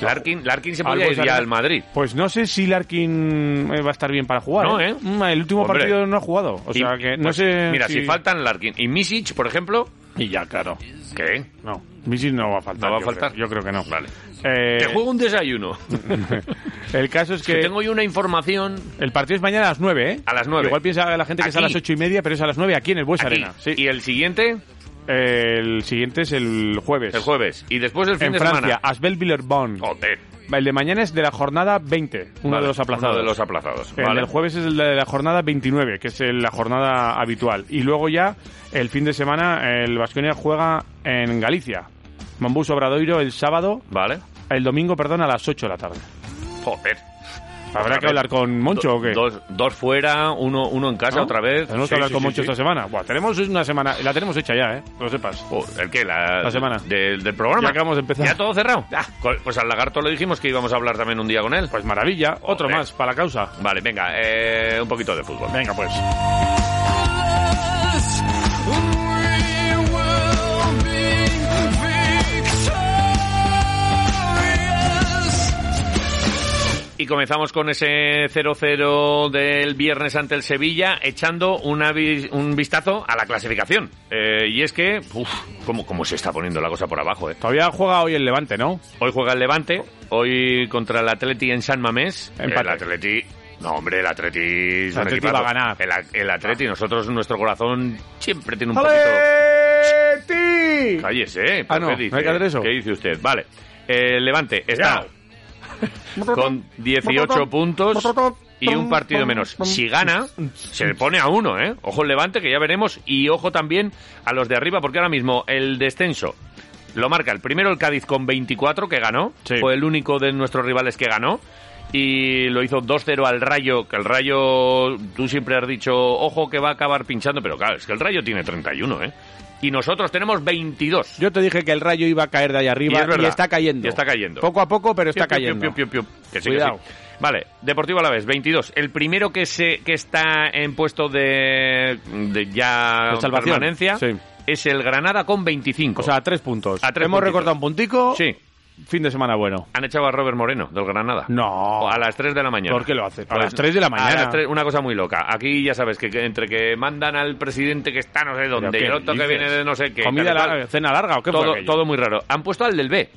Larkin, Larkin se
Algo
podía ir
sale-
ya al Madrid.
Pues no sé si Larkin eh, va a estar bien para jugar.
No, ¿eh?
Mm, El último
Hombre.
partido no ha jugado. O
Y-
sea que no
pues,
sé.
Mira, si... faltan Larkin y Misic, por ejemplo,
Y ya, claro.
¿qué?
No, Missy no va a faltar.
¿No va a
yo
faltar?
creo. Yo creo que no.
Vale.
Eh,
Te juego un desayuno.
el caso es
que
que.
tengo yo una información
El partido es mañana a las 9, ¿eh?
A las 9.
Igual piensa la gente que es a
Aquí.
las 8 y media, pero es a las 9 aquí en el Bues
aquí.
Arena. Sí.
Y el siguiente,
El siguiente es el jueves.
el jueves. Y después el fin
En
de
Francia,
semana.
Asbel Villerbonne.
Joder.
El de mañana es de la jornada 20, uno
Vale,
de los aplazados.
Uno de los aplazados.
El
Vale.
del jueves es el de la jornada 29, que es el- la jornada habitual. Y luego ya, el fin de semana, el Vasconia juega en Galicia. Mambus Obradoiro el sábado,
Vale.
el domingo, perdón, a las 8 de la tarde.
Joder.
¿Habrá que hablar con Moncho o qué?
Dos, dos fuera, uno, uno en casa
¿No?
otra vez.
Tenemos
Sí,
que hablar
sí,
con
sí,
Moncho
sí.
esta semana. Buah, tenemos una semana, la tenemos hecha ya, ¿eh? Que Lo sepas.
Oh, ¿El qué? La,
La semana.
de- del programa.
Ya acabamos de empezar.
Ya todo cerrado. Ah, co- pues al lagarto le dijimos que íbamos a hablar también un día con él.
Pues maravilla, otro
Joder.
más para la causa.
Vale, venga, eh, un poquito de fútbol.
Venga, pues.
Y comenzamos con ese 0-0 del viernes ante el Sevilla, echando una vi- un vistazo a la clasificación. Eh, y es que, uff, cómo, cómo se está poniendo la cosa por abajo, eh.
Todavía juega hoy el Levante, ¿no?
Hoy juega el Levante, hoy contra el Atleti en San Mamés.
Empate.
El Atleti... No, hombre, el Atleti... es un
El Atleti
equipazo.
va a ganar.
El, a- el Atleti, nosotros, nuestro corazón siempre tiene un poquito...
¡Atleti!
Cállese.
Ah,
¿por
no,
qué
no hay
dice?
que hacer eso.
¿Qué dice usted? Vale. Eh, Levante está con 18 puntos y un partido menos. Si gana, se le pone a uno, ¿eh? Ojo el Levante, que ya veremos. Y ojo también a los de arriba, porque ahora mismo el descenso lo marca el primero el Cádiz con 24, que ganó.
Sí.
Fue el único de nuestros rivales que ganó. y lo hizo 2-0 al Rayo, que el Rayo, tú siempre has dicho, ojo que va a acabar pinchando, pero claro, es que el Rayo tiene 31, ¿eh? Y nosotros tenemos 22.
Yo te dije que el rayo iba a caer de ahí arriba
es verdad.
está cayendo.
Y está cayendo.
Poco a poco, pero está
Piu, piu,
cayendo.
piu, piu, piu, piu. Que sí, que
Cuidado.
sí. Vale, Deportivo a la vez, 22. El primero que se que está en puesto de, de ya
De salvación.
permanencia
Sí.
es el Granada con 25.
O sea, a tres puntos.
A tres
Hemos
puntitos.
recortado un puntico.
sí,
Fin de semana bueno.
han echado a Robert Moreno del Granada.
No.
A las 3 de la mañana.
¿Por qué lo hacen? A
Pues,
las 3 de la
a
mañana.
las 3, una cosa muy loca. Aquí ya sabes que, que entre que mandan al presidente que está no sé dónde y
¿Pero
el
qué
otro que
dices?
viene de no sé qué.
Comida
tal y cual,
larga, cena larga o qué fue
todo,
aquello?
todo muy raro. Han puesto al del B,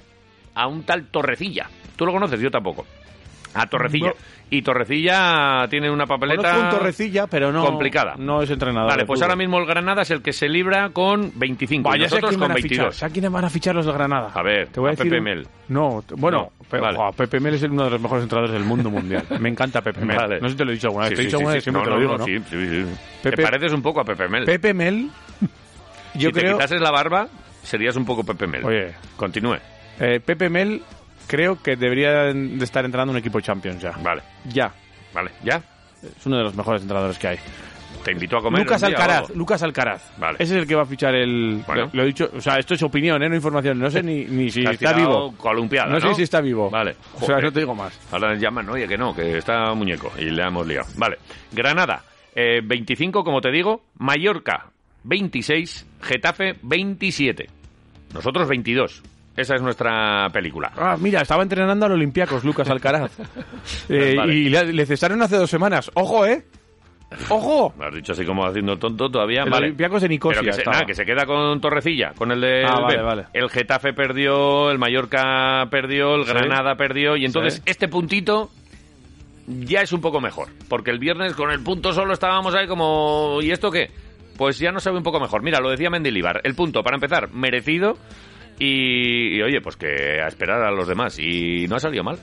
a un tal Torrecilla. ¿Tú lo conoces? Yo tampoco. A Torrecilla.
No.
Y Torrecilla tiene una papeleta...
Conozco un Torrecilla, pero no.
complicada.
No es entrenador.
Vale,
de
pues
fútbol.
ahora mismo el Granada es el que se libra con 25
Buah,
y
ya sé a
nosotros
quién
con
van a fichar.
22.
¿Sabes a quiénes van a fichar los de Granada?
A ver,
te voy a,
a
decir
Pepe
un-
Mel.
No, t- bueno,
No,
pe-
vale.
Buah, Pepe Mel es uno de los mejores entrenadores del mundo mundial. Me encanta Pepe Mel.
Vale.
No sé si te lo he dicho alguna vez.
Sí,
te he
sí,
dicho
sí,
alguna
sí,
vez, siempre
no,
te lo digo,
no,
¿no?
sí, sí, sí.
Pepe-
Te pareces un poco a Pepe Mel.
Pepe Mel, yo
si te
creo.
quitases la barba, serías un poco Pepe Mel.
Oye.
Continúe.
eh, Pepe Mel, creo que debería de estar entrenando un equipo Champions ya.
Vale,
Ya.
vale. ¿Ya?
Es uno de los mejores entrenadores que hay.
Te invito a comer.
Lucas
un día o
Alcaraz,
algo.
Lucas Alcaraz.
Vale.
Ese es el que va a fichar el.
Bueno.
Lo he dicho, o sea, esto es opinión, ¿eh? no información. No sé ni, ni si
Te has
está
tirado
vivo.
columpiada,
no,
no
sé si está vivo.
Vale.
O sea,
Joder.
no te digo más.
Ahora llaman, oye, que no, que está muñeco. Y le hemos liado. Vale. Granada, eh, 25, como te digo. Mallorca, 26. Getafe, 27. Nosotros, 22. Esa es nuestra película.
Ah, mira, estaba entrenando al Olympiacos, Lucas Alcaraz. Eh,
Vale.
Y le, le cesaron hace dos semanas. ¡Ojo, eh! ¡Ojo!
Me has dicho así como haciendo tonto todavía.
El
vale.
Olympiacos de Nicosia
Pero que se,
estaba.
nada, que se queda con Torrecilla, con el de.
Ah,
el
vale,
B.
vale.
El Getafe perdió, el Mallorca perdió, el
Sí.
Granada perdió. Y entonces
Sí.
este puntito ya es un poco mejor. Porque el viernes con el punto solo estábamos ahí como. ¿Y esto qué? Pues ya nos sabe un poco mejor. Mira, lo decía Mendilibar. El punto, para empezar, merecido. Y, y, oye, pues que a esperar a los demás. Y no ha salido mal.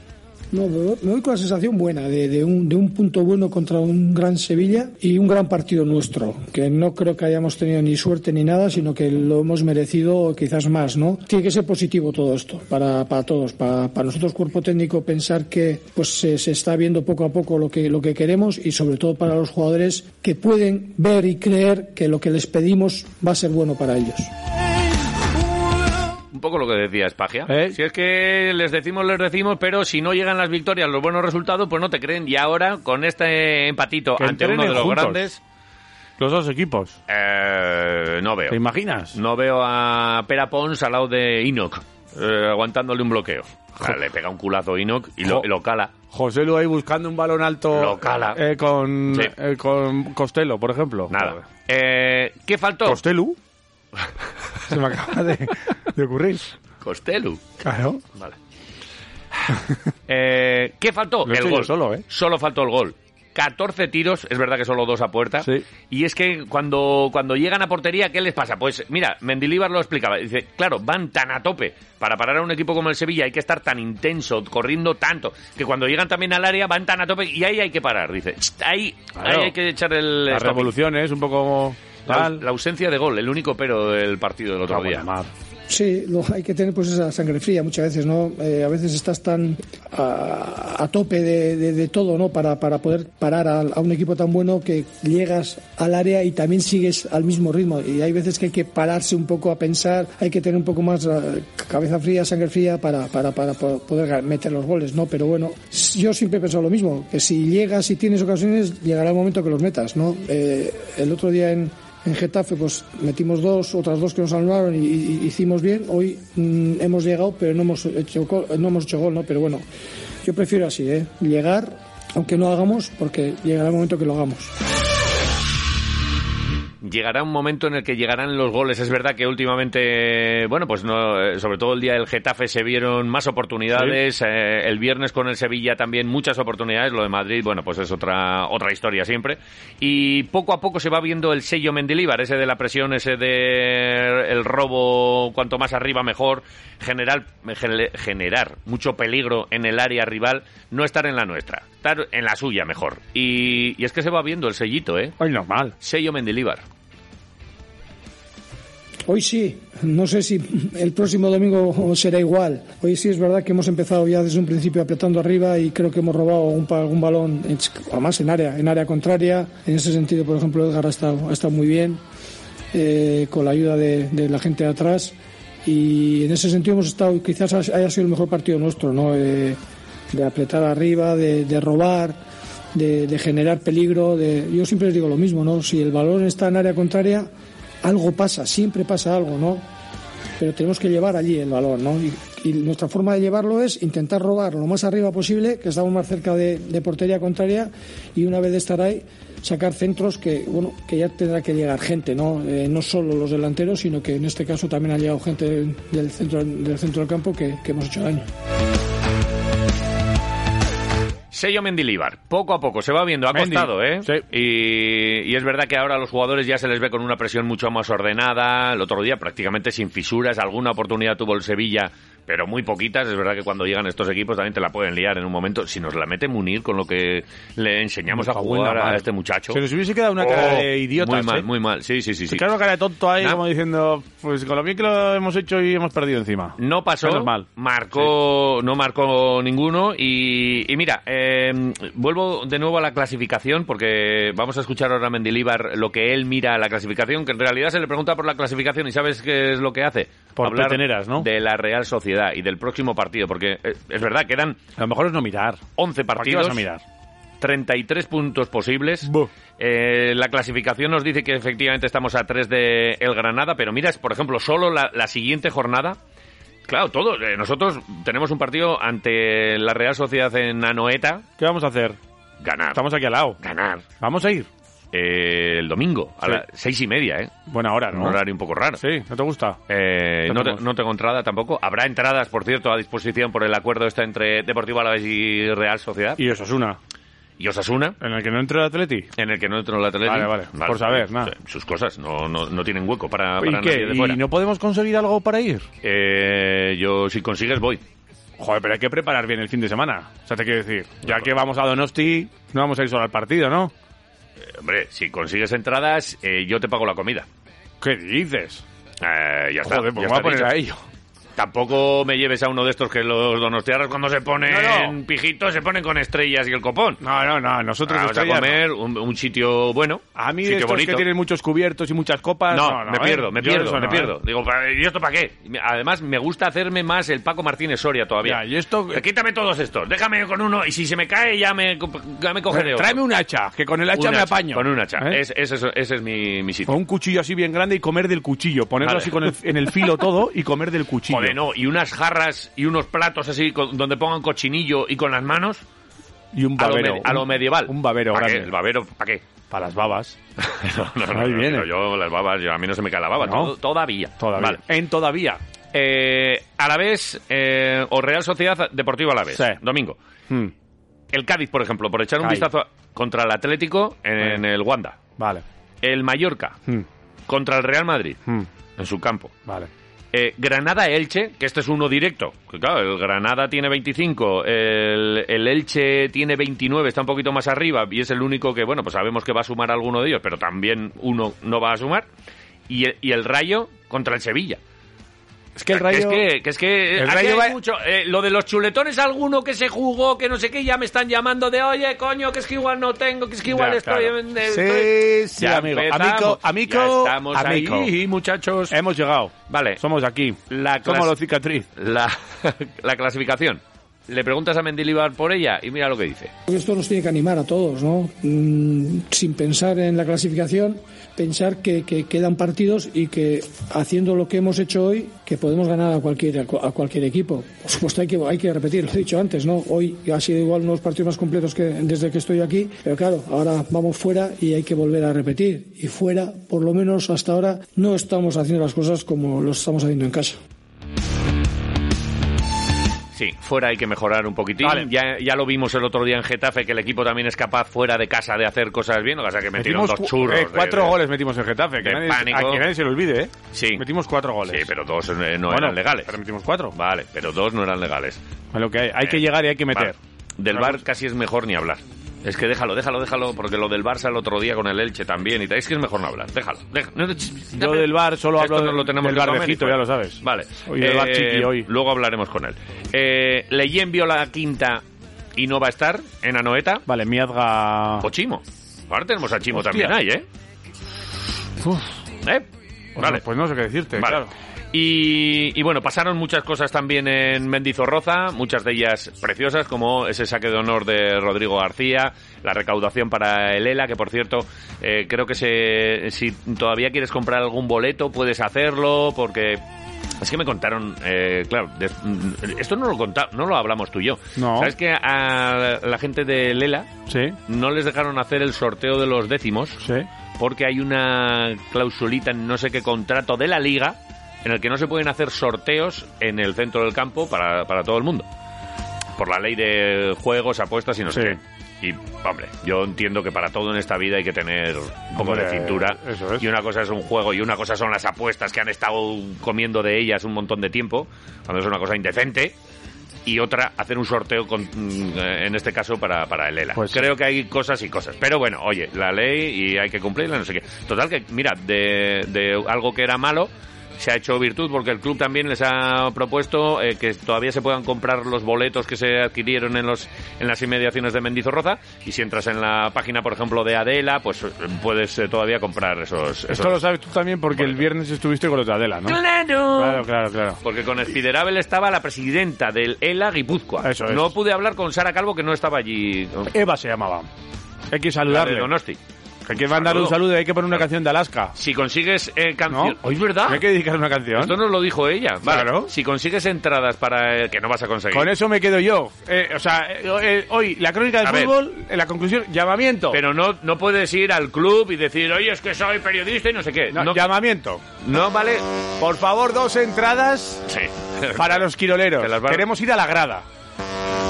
No, me me voy con la sensación buena de, de un, de un punto bueno contra un gran Sevilla y un gran partido nuestro, que no creo que hayamos tenido ni suerte ni nada, sino que lo hemos merecido quizás más, ¿no? Tiene que ser positivo todo esto para, para todos, para, para nosotros cuerpo técnico pensar que pues se, se está viendo poco a poco lo que, lo que queremos y sobre todo para los jugadores que pueden ver y creer que lo que les pedimos va a ser bueno para ellos.
Un poco lo que decía Espagia.
¿Eh?
Si es que les decimos, les decimos, pero si no llegan las victorias, los buenos resultados, pues no te creen. Y ahora, con este empatito
Que
ante uno de
entrenen
los
juntos.
grandes,
Los dos equipos.
eh, no veo.
¿Te imaginas?
No veo a Pera Pons al lado de Inok, aguantándole un bloqueo. O sea, le pega un culazo a Inok y lo,
Jo.
y lo cala.
José Lu ahí buscando un balón alto.
Lo cala.
eh, con,
ah. Sí.
eh, con Costello, por ejemplo.
Nada. Eh, ¿Qué faltó?
¿Costelu? Se me acaba de, de ocurrir.
Costelu.
Claro.
Vale. Eh, ¿Qué faltó?
Lo he
el
hecho yo
gol.
solo, ¿eh?
Solo faltó el gol. 14 tiros, es verdad que solo dos a puerta.
Sí.
Y es que cuando, cuando llegan a portería, ¿qué les pasa? Pues mira, Mendilibar lo explicaba. Dice, claro, van tan a tope. Para parar a un equipo como el Sevilla hay que estar tan intenso, corriendo tanto, que cuando llegan también al área van tan a tope y ahí hay que parar. Dice, ahí,
Claro.
ahí hay que echar el...
Las
stop.
revoluciones, un poco
La,
tal.
la ausencia de gol, el único pero del partido del otro
Cago en
día.
la mar.
Sí, lo- hay que tener pues esa sangre fría muchas veces, ¿no? Eh, a veces estás tan a, a tope de, de- de todo, ¿no? Para, para poder parar a, a un equipo tan bueno que llegas al área y también sigues al mismo ritmo. Y hay veces que hay que pararse un poco a pensar, hay que tener un poco más eh, cabeza fría, sangre fría para, para, para po- poder ga- meter los goles, ¿no? Pero bueno, s- yo siempre he pensado lo mismo, que si llegas y tienes ocasiones, llegará el momento que los metas, ¿no? Eh, el otro día en, en Getafe pues metimos dos, otras dos que nos anularon y, y- y hicimos bien. Hoy mm, hemos llegado, pero no hemos hecho gol, no hemos hecho gol, ¿no? Pero bueno, yo prefiero así, ¿eh? Llegar, aunque no hagamos, porque llegará el momento que lo hagamos.
Llegará un momento en el que llegarán los goles. Es verdad que últimamente, bueno, pues no, eh, sobre todo el día del Getafe se vieron más oportunidades. Eh, el viernes con el Sevilla también muchas oportunidades. Lo de Madrid, bueno, pues es otra otra historia siempre. Y poco a poco se va viendo el sello Mendilíbar, ese de la presión, ese de el robo, cuanto más arriba mejor, general, gene- generar mucho peligro en el área rival, no estar en la nuestra, estar en la suya mejor. Y, y es que se va viendo el sellito, ¿eh?
Ay, normal.
Sello Mendilíbar.
Hoy sí, no sé si el próximo domingo será igual. Hoy sí es verdad que hemos empezado ya desde un principio apretando arriba y creo que hemos robado un, pa- algún balón, en- además en área, en área contraria. En ese sentido, por ejemplo, Edgar ha estado, ha estado muy bien eh, con la ayuda de, de la gente de atrás y en ese sentido hemos estado, quizás haya sido el mejor partido nuestro, ¿no? Eh, de apretar arriba, de, de robar. De, de generar peligro, de... yo siempre les digo lo mismo, ¿no? Si el balón está en área contraria, algo pasa, siempre pasa algo, ¿no? Pero tenemos que llevar allí el balón, ¿no? Y, y nuestra forma de llevarlo es intentar robar lo más arriba posible, que estamos más cerca de, de portería contraria, y una vez de estar ahí, sacar centros que, bueno, que ya tendrá que llegar gente, ¿no? Eh, no solo los delanteros, sino que en este caso también ha llegado gente del centro del, centro del campo que, que hemos hecho daño.
Sello Mendilibar, poco a poco, se va viendo, ha
Mendy,
costado, ¿eh?
sí.
Y, y es verdad que ahora a los jugadores ya se les ve con una presión mucho más ordenada, el otro día prácticamente sin fisuras, alguna oportunidad tuvo el Sevilla, pero muy poquitas, es verdad que cuando llegan estos equipos también te la pueden liar en un momento, si nos la mete Munir con lo que le enseñamos a
Me cago en la
jugar a
mar.
este muchacho. Oh,
Se nos hubiese quedado una cara de idiotas,
Muy mal,
¿eh?
muy mal, sí, sí, sí. sí.
Se queda una cara de tonto ahí,
Nah.
como diciendo, pues con lo bien que lo hemos hecho y hemos perdido encima.
No pasó,
Menos mal.
marcó, no marcó ninguno y, y mira, eh, vuelvo de nuevo a la clasificación porque vamos a escuchar ahora a Mendilibar lo que él mira a la clasificación, que en realidad se le pregunta por la clasificación y ¿sabes qué es lo que hace?
Por peteneras, ¿no?
De la Real Sociedad y del próximo partido, porque eh, es verdad, quedan
A lo mejor es no mirar.
11
¿Para qué vas a
partidos,
mirar?
33 puntos posibles.
Buh.
Eh, la clasificación nos dice que efectivamente estamos a 3 de el Granada, pero miras, por ejemplo, solo la, la siguiente jornada. Claro, todos. eh, nosotros tenemos un partido ante la Real Sociedad en Anoeta.
¿Qué vamos a hacer?
Ganar.
Estamos aquí al lado.
Ganar.
Vamos a ir.
Eh, el domingo, a
Sí.
las seis y media, ¿eh?
Buena hora, ¿no?
Un horario un poco raro.
Sí, ¿no te gusta?
Eh, no, te-
Tenemos.
no tengo entrada tampoco. Habrá entradas, por cierto, a disposición por el acuerdo este entre Deportivo Alavés y Real Sociedad.
Y Osasuna,
Y Osasuna.
en el que no entró el Atleti.
En el que no entró el Atleti.
Vale, vale, por saber, nada.
Sus cosas no, no, no tienen hueco para, para
¿Y
nadie
qué?
de fuera.
¿Y no podemos conseguir algo para ir?
Eh, yo, si consigues, voy. Eh,
Joder, pero hay que preparar bien el fin de semana. O sea, te quiero decir, ya pues. que vamos a Donosti, no vamos a ir solo al partido, ¿no?
Hombre, si consigues entradas, eh, yo te pago la comida.
¿Qué dices?
Eh, ya está.
Joder, pues
ya está
me voy a poner
dicho.
a ello.
Tampoco me lleves a uno de estos que los donostiarras cuando se ponen
No, no.
pijitos se ponen con estrellas y el copón.
No, no, no, nosotros
Vamos a
estrellas
comer
no.
un, un sitio bueno,
A mí
sitio
de estos
bonito.
que tienen muchos cubiertos y muchas copas...
No,
No,
me
¿eh?
pierdo, me
Yo de
pierdo,
eso
me
no,
pierdo.
¿eh?
Digo, pa- ¿y esto para qué? Además, me gusta hacerme más el Paco Martínez Soria todavía.
Ya, y esto-
Eh, Quítame todos estos, déjame con uno y si se me cae ya me, co- ya me cogeré otro.
Tráeme un hacha, que con el hacha
Un
me
hacha,
apaño.
Con un hacha.
¿Eh?
Es- ese, es, ese es mi, mi sitio.
Con un cuchillo así bien grande y comer del cuchillo. Ponerlo
Vale.
así con el- en el filo todo y comer del cuchillo.
Joder, no, y unas jarras y unos platos así con- donde pongan cochinillo y con las manos
Y un
a lo,
babero.
me- a lo medieval.
Un babero
¿Para qué?
grande.
¿El babero para qué?
Para las babas.
No, no, no,
Ahí
no,
viene.
pero Yo las babas, yo- a mí no se me cae la baba.
No.
todo- todavía.
Todavía.
Vale.
En todavía.
Eh, a la vez, eh, o Real Sociedad Deportiva a la vez.
Sí.
Domingo.
Hmm,
El Cádiz, por ejemplo, por echar un
Cádiz.
vistazo a- contra el Atlético en, en el Wanda.
Vale.
El Mallorca
Hmm,
contra el Real Madrid
hmm,
en su campo.
Vale.
Eh, Granada-Elche, que este es uno directo. Que claro, el Granada tiene 25, el, el Elche tiene 29, está un poquito más arriba y es el único que, bueno, pues sabemos que va a sumar alguno de ellos, pero también uno no va a sumar. Y el, y el Rayo contra el Sevilla.
Es que el
Que
rayo...
es que, que es que eh,
El
aquí
Rayo
hay
va-
mucho. eh, lo de los chuletones, alguno que se jugó, que no sé qué, ya me están llamando de, oye, coño, que es que igual no tengo, que es que igual
Ya,
estoy.
claro.
en- estoy-".
Sí, sí,
Ya
amigo.
empezamos,
Amigo, amigo,
ya estamos
amigo.
ahí, muchachos.
Hemos llegado.
Vale.
Somos aquí.
La
Em, Somos
clas-
los cicatriz.
la, la clasificación. Le preguntas a Mendilibar por ella y mira lo que dice.
Creo que Esto nos tiene que animar a todos, ¿no? Mm, Sin pensar en la clasificación, pensar que, que quedan partidos y que haciendo lo que hemos hecho hoy, que podemos ganar a cualquier, a cua- a cualquier equipo. Por supuesto, hay que, hay que repetir, lo he dicho antes, ¿no? Hoy ha sido igual unos partidos más completos que desde que estoy aquí, pero claro, ahora vamos fuera y hay que volver a repetir. Y fuera, por lo menos hasta ahora, no estamos haciendo las cosas como lo estamos haciendo en casa.
Sí, fuera hay que mejorar un poquitín.
Vale.
Ya, ya lo vimos el otro día en Getafe, que el equipo también es capaz fuera de casa de hacer cosas bien. O sea, que metieron dos
cu-
churros.
eh,
de-
cuatro
de-
goles metimos en Getafe. Que
de
nadie,
pánico.
A que nadie se lo olvide, ¿eh?
Sí.
Metimos cuatro goles.
Sí, pero dos eh, no
Bueno,
eran legales.
Pero metimos cuatro.
Vale, pero dos no eran legales.
Es lo que hay. Hay que
Eh,
llegar y hay que meter.
Vale. Del
Vamos.
bar casi es mejor ni hablar. Es que déjalo, déjalo, déjalo, porque lo del Barça el otro día con el Elche también y tal. Es que es mejor no hablar, déjalo. déjalo. No, no, ch-
Yo del VAR solo
Esto
hablo
no lo tenemos
del
que
VAR de
comer y
Fito,
fuera.
ya lo sabes.
Vale.
Hoy del VAR
Eh,
chiqui, hoy.
Luego hablaremos con él. Eh, Leyen vio la quinta y no va a estar en Anoeta.
Vale, Miazga.
O Chimo. Ahora tenemos a Chimo
Hostia.
también ahí, ¿eh? ¿Eh?
Vale,
Vale.
pues no sé qué decirte,
Vale.
claro.
Y, y bueno, pasaron muchas cosas también en Mendizorroza, muchas de ellas preciosas, como ese saque de honor de Rodrigo García, la recaudación para el ELA, que por cierto, eh, creo que se, si todavía quieres comprar algún boleto, puedes hacerlo, porque... Es que me contaron, eh, claro, des- mm, esto no lo conta, no lo hablamos tú y yo.
No.
Sabes que a la gente de Lela
Sí,
no les dejaron hacer el sorteo de los décimos
sí.
porque hay una clausulita en no sé qué contrato de la liga en el que no se pueden hacer sorteos en el centro del campo para, para todo el mundo. Por la ley de juegos, apuestas y no sé
Sí.
qué. Y, hombre, yo entiendo que para todo en esta vida hay que tener un poco
Hombre,
de cintura.
eso es.
Y una cosa es un juego y una cosa son las apuestas que han estado comiendo de ellas un montón de tiempo, cuando es una cosa indecente. Y otra, hacer un sorteo, con, mm, eh, en este caso, para, para el ELA.
Pues sí.
Creo que hay cosas y cosas. Pero bueno, oye, la ley y hay que cumplirla, no sé qué. Total que, mira, de, de algo que era malo, se ha hecho virtud porque el club también les ha propuesto eh, que todavía se puedan comprar los boletos que se adquirieron en, los, en las inmediaciones de Mendizorroza. Y si entras en la página, por ejemplo, de Adela, pues eh, puedes eh, todavía comprar esos...
Esto
esos-
lo sabes tú también porque el viernes estuviste con los de Adela, ¿no?
¡Claro!
Claro, claro, claro.
Porque con Spiderabel estaba la presidenta del ELA Guipúzcoa.
Eso es.
No pude hablar con Sara Calvo, que no estaba allí.
Eva se llamaba. Hay que
La de
saludarle.
Donosti.
Hay que mandarle un
Saludo.
saludo y hay que poner una canción de Alaska.
Si consigues eh,
¿No?
canción... ¿Hoy es verdad?
Hay que dedicar una canción.
Esto nos lo dijo ella. Vale.
Claro.
Si consigues entradas para... eh, que no vas a conseguir.
Con eso me quedo yo. Eh, o sea, eh, eh, hoy la crónica del
A ver.
fútbol, eh, la conclusión, llamamiento.
Pero no, no puedes ir al club y decir, oye, es que soy periodista y no sé qué.
No,
No,
Llamamiento.
no vale...
Por favor, dos entradas
Sí.
para los quiroleros.
Te las va-
Queremos ir a la grada.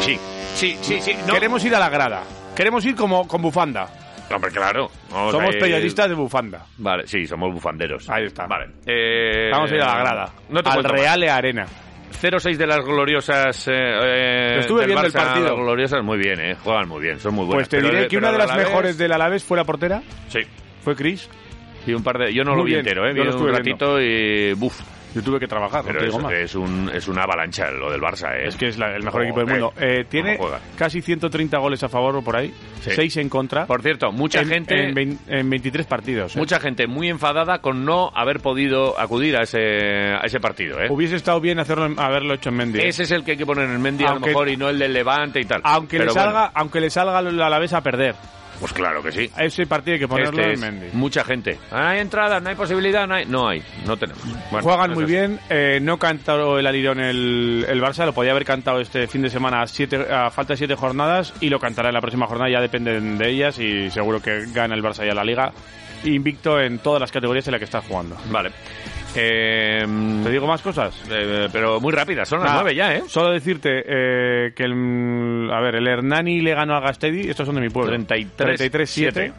Sí. Sí, sí, sí. No.
Queremos ir a la grada. Queremos ir como con bufanda.
Hombre, claro. Vamos
Somos
ahí-
periodistas de bufanda.
Vale, sí, somos bufanderos.
Ahí está.
Vale. Eh,
Vamos a ir a la grada.
No te
Al
cuento más.
Real Arena.
0-6 de las gloriosas. eh, eh,
Lo estuve
del
viendo el
Barça,
partido.
Las gloriosas, muy bien, eh, juegan muy bien, son muy buenas.
Pues te
Pero
diré
de-
que
pero
una de las
Alavés-
mejores del Alavés fue la portera.
Sí,
Fue Chris.
y un par de. Yo no lo
Muy
vi
bien,
entero, eh,
yo
vi
lo
un
estuve
ratito y. Buf.
Yo tuve que trabajar, no
Pero
te digo
es,
más.
es un, es una avalancha lo del Barça, eh.
Es que es la- el mejor
Joder,
equipo del mundo. Eh, tiene
cómo juega.
casi 130 goles a favor o por ahí,
Sí.
6 en contra.
Por cierto, mucha
en,
gente.
En, vein- en 23 partidos. eh.
Mucha gente muy enfadada con no haber podido acudir a ese, a ese partido, eh.
Hubiese estado bien hacerlo, en- haberlo hecho en Mendy. eh.
Ese es el que hay que poner en Mendy a lo
Aunque-
mejor y no el del Levante y tal.
Aunque le,
Pero
salga,
bueno,
aunque le salga al Alavés a perder.
pues claro que sí.
A Ese partido hay que ponerlo Mm.
Este
en
es.
Mendy.
Mucha gente. Ah, No hay entrada, no hay posibilidad, no hay. No hay, no tenemos. Bueno,
Juegan
es
muy
así.
bien, eh, no cantó el alirón el, el Barça, lo podía haber cantado este fin de semana a, siete, a falta de siete jornadas y lo cantará en la próxima jornada, ya dependen de ellas y seguro que gana el Barça ya la liga, invicto en todas las categorías en las que está jugando.
Vale. Eh,
¿Te digo más cosas?
eh, pero muy rápida, son las
Nada,
nueve ya, ¿eh?
Solo decirte eh, que el, a ver, el Hernani le ganó a Gastedi, estos son de mi pueblo.
33,
33-7.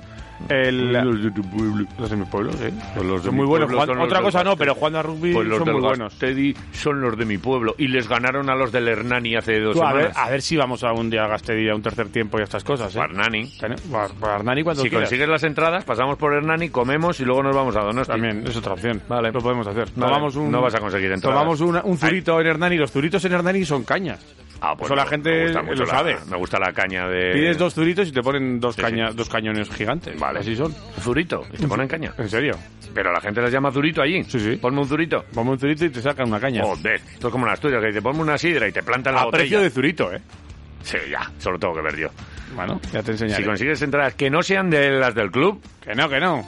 El,
de tu pueblo.
los de mi pueblo, sí.
Pues los de
son
mi
muy buenos.
pueblo
jugando-
son los
otra
del
cosa no,
Gastedi.
pero jugando a rugby
Pues los
son
del
muy buenos.
Gastedi son los de mi pueblo. Y les ganaron a los del Hernani hace dos
Tú, a, ver,
semanas.
a ver si vamos a un día a Gastedi a un tercer tiempo y a estas cosas. ¿eh?
Hernani.
Ten- Bar- Barnani cuando
Si
quieras.
consigues las entradas, pasamos por Hernani, comemos y luego nos vamos a Donosti.
También es otra opción.
Vale.
Lo podemos hacer.
Vale.
Tomamos un,
No vas a conseguir entradas.
Tomamos una- un zurito en Hernani. Los zuritos en Hernani son cañas.
Ah, pues
Eso la
me-
gente
me gusta mucho
lo
la-
sabe.
Me gusta la caña de.
Pides dos zuritos y te ponen
Eh.
dos,
Sí,
cañas,
sí.
dos cañones gigantes.
Vale.
Así son.
Zurito. Y te ponen caña.
¿En serio?
Pero la gente les llama Zurito allí.
Sí, sí.
Ponme un Zurito.
Ponme un zurito y te sacan una caña.
Joder, esto es como en Asturias, que te ponme una sidra y te plantan la
a
botella.
precio de zurito, ¿eh?
Sí, ya, solo tengo que ver yo.
Bueno, ya te
Si
enseñaré.
consigues entradas que no sean de las del club,
Que no, que no.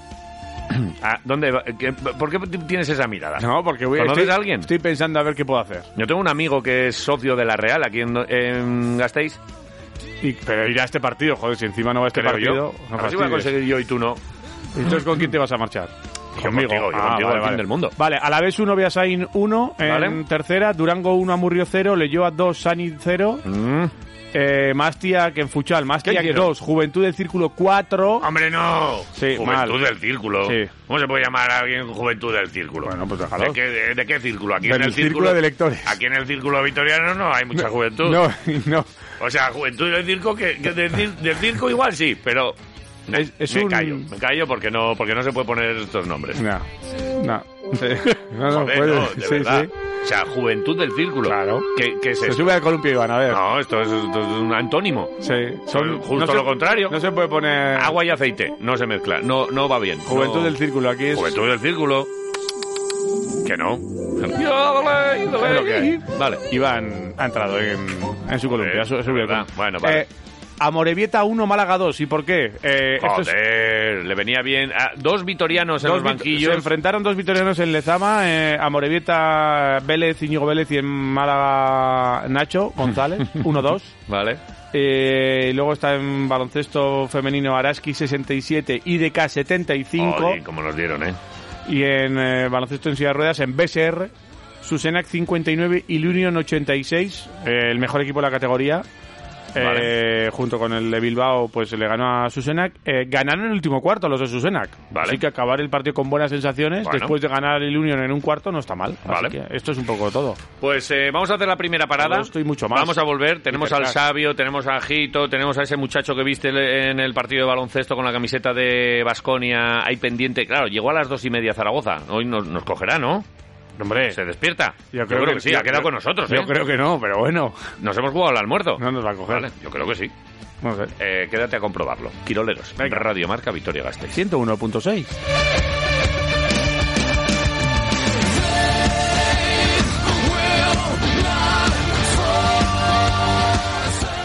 ¿a dónde va- qué- ¿por qué t- tienes esa mirada?
No, porque voy
¿Conoces
estoy-
a alguien?
Estoy pensando a ver qué puedo hacer.
Yo tengo un amigo que es socio de la Real aquí en, en Gasteiz.
Y- pero ir a este partido, joder, si encima no va a este
creo
partido.
yo.
no
a ver si voy a
fastidies.
conseguir yo y tú no.
Entonces, ¿con quién te vas a marchar? Ah,
Yo contigo, yo contigo, al fin del mundo.
Vale, a la vez 1, Beasain 1 en
Vale.
tercera, Durango 1, Amurrio 0, Leyoa 2, Sani 0,
Mm.
eh, Mastia que en Fuchal, Mastia
hicieron?
2, Juventud del Círculo 4.
¡Hombre, no!
Sí,
Juventud
mal.
del Círculo.
Sí.
¿Cómo se puede llamar a alguien Juventud del Círculo?
Bueno, pues déjalo.
¿De qué, de- de qué círculo? Aquí
Del
en el
círculo de lectores.
Aquí en el Círculo Vitoriano no hay mucha juventud.
No, no,
O sea, Juventud del Circo, que, que del, cir- del Circo igual sí, pero...
Es- es
me
un-
callo, me callo porque no, porque no se puede poner estos nombres.
No, no. No, no
Joder,
puede.
no, de
Sí,
verdad.
sí.
O sea, Juventud del Círculo.
Claro.
¿Qué, qué es
Se
esto?
sube al columpio Iván, a ver.
No, esto es, esto es un antónimo.
Sí,
Son justo
no se-
lo contrario.
No se puede poner
Agua y aceite, no se mezcla, no, no va bien.
Ah. Juventud
No.
del Círculo. Aquí es
Juventud del Círculo. Que no. Es lo que hay. Vale.
Iván ha entrado en, en su columpio.
Eh,
ha su- ha subido el
¿verdad?
columpio.
Bueno, vale.
Eh, Amorebieta 1, Málaga 2. ¿Y por qué? Eh, esto es-
Joder, le venía bien. Ah, dos vitorianos en
dos
los
vit- Se
banquillos.
enfrentaron dos vitorianos en Lezama, eh, Amorebieta Vélez, Íñigo Vélez y en Málaga Nacho González, 1-2.
Vale.
Eh, y luego está en baloncesto femenino Araski 67, IDK 75.
Joder, como nos dieron, ¿eh?
Y en eh, baloncesto en silla de ruedas, en BSR, Susenac 59 y Lunion 86, eh, el mejor equipo de la categoría.
Vale.
Eh, junto con el de Bilbao, pues le ganó a Susenac. Eh, ganaron el último cuarto los de Susenac.
Vale.
Así que acabar el partido con buenas sensaciones,
Bueno.
después de ganar el Union en un cuarto, no está mal. Así
Vale.
que esto es un poco todo.
Pues eh, vamos a hacer la primera parada.
Yo estoy mucho más.
Vamos a volver. Tenemos al
Hipercrack.
sabio, tenemos a Jito, tenemos a ese muchacho que viste le- en el partido de baloncesto con la camiseta de Basconia ahí pendiente. Claro, llegó a las dos y media a Zaragoza. Hoy nos, nos cogerá, ¿no? Hombre, se despierta. Yo creo, que, sí,
yo
ha quedado
creo-
con nosotros.
Yo
¿eh?
creo que no, pero bueno,
Nos hemos jugado al almuerzo.
no nos va a coger.
Vale, yo creo que sí.
No sé.
Eh, quédate a comprobarlo. Quiroleros, Radio Marca Victoria Gasteiz.
101.6.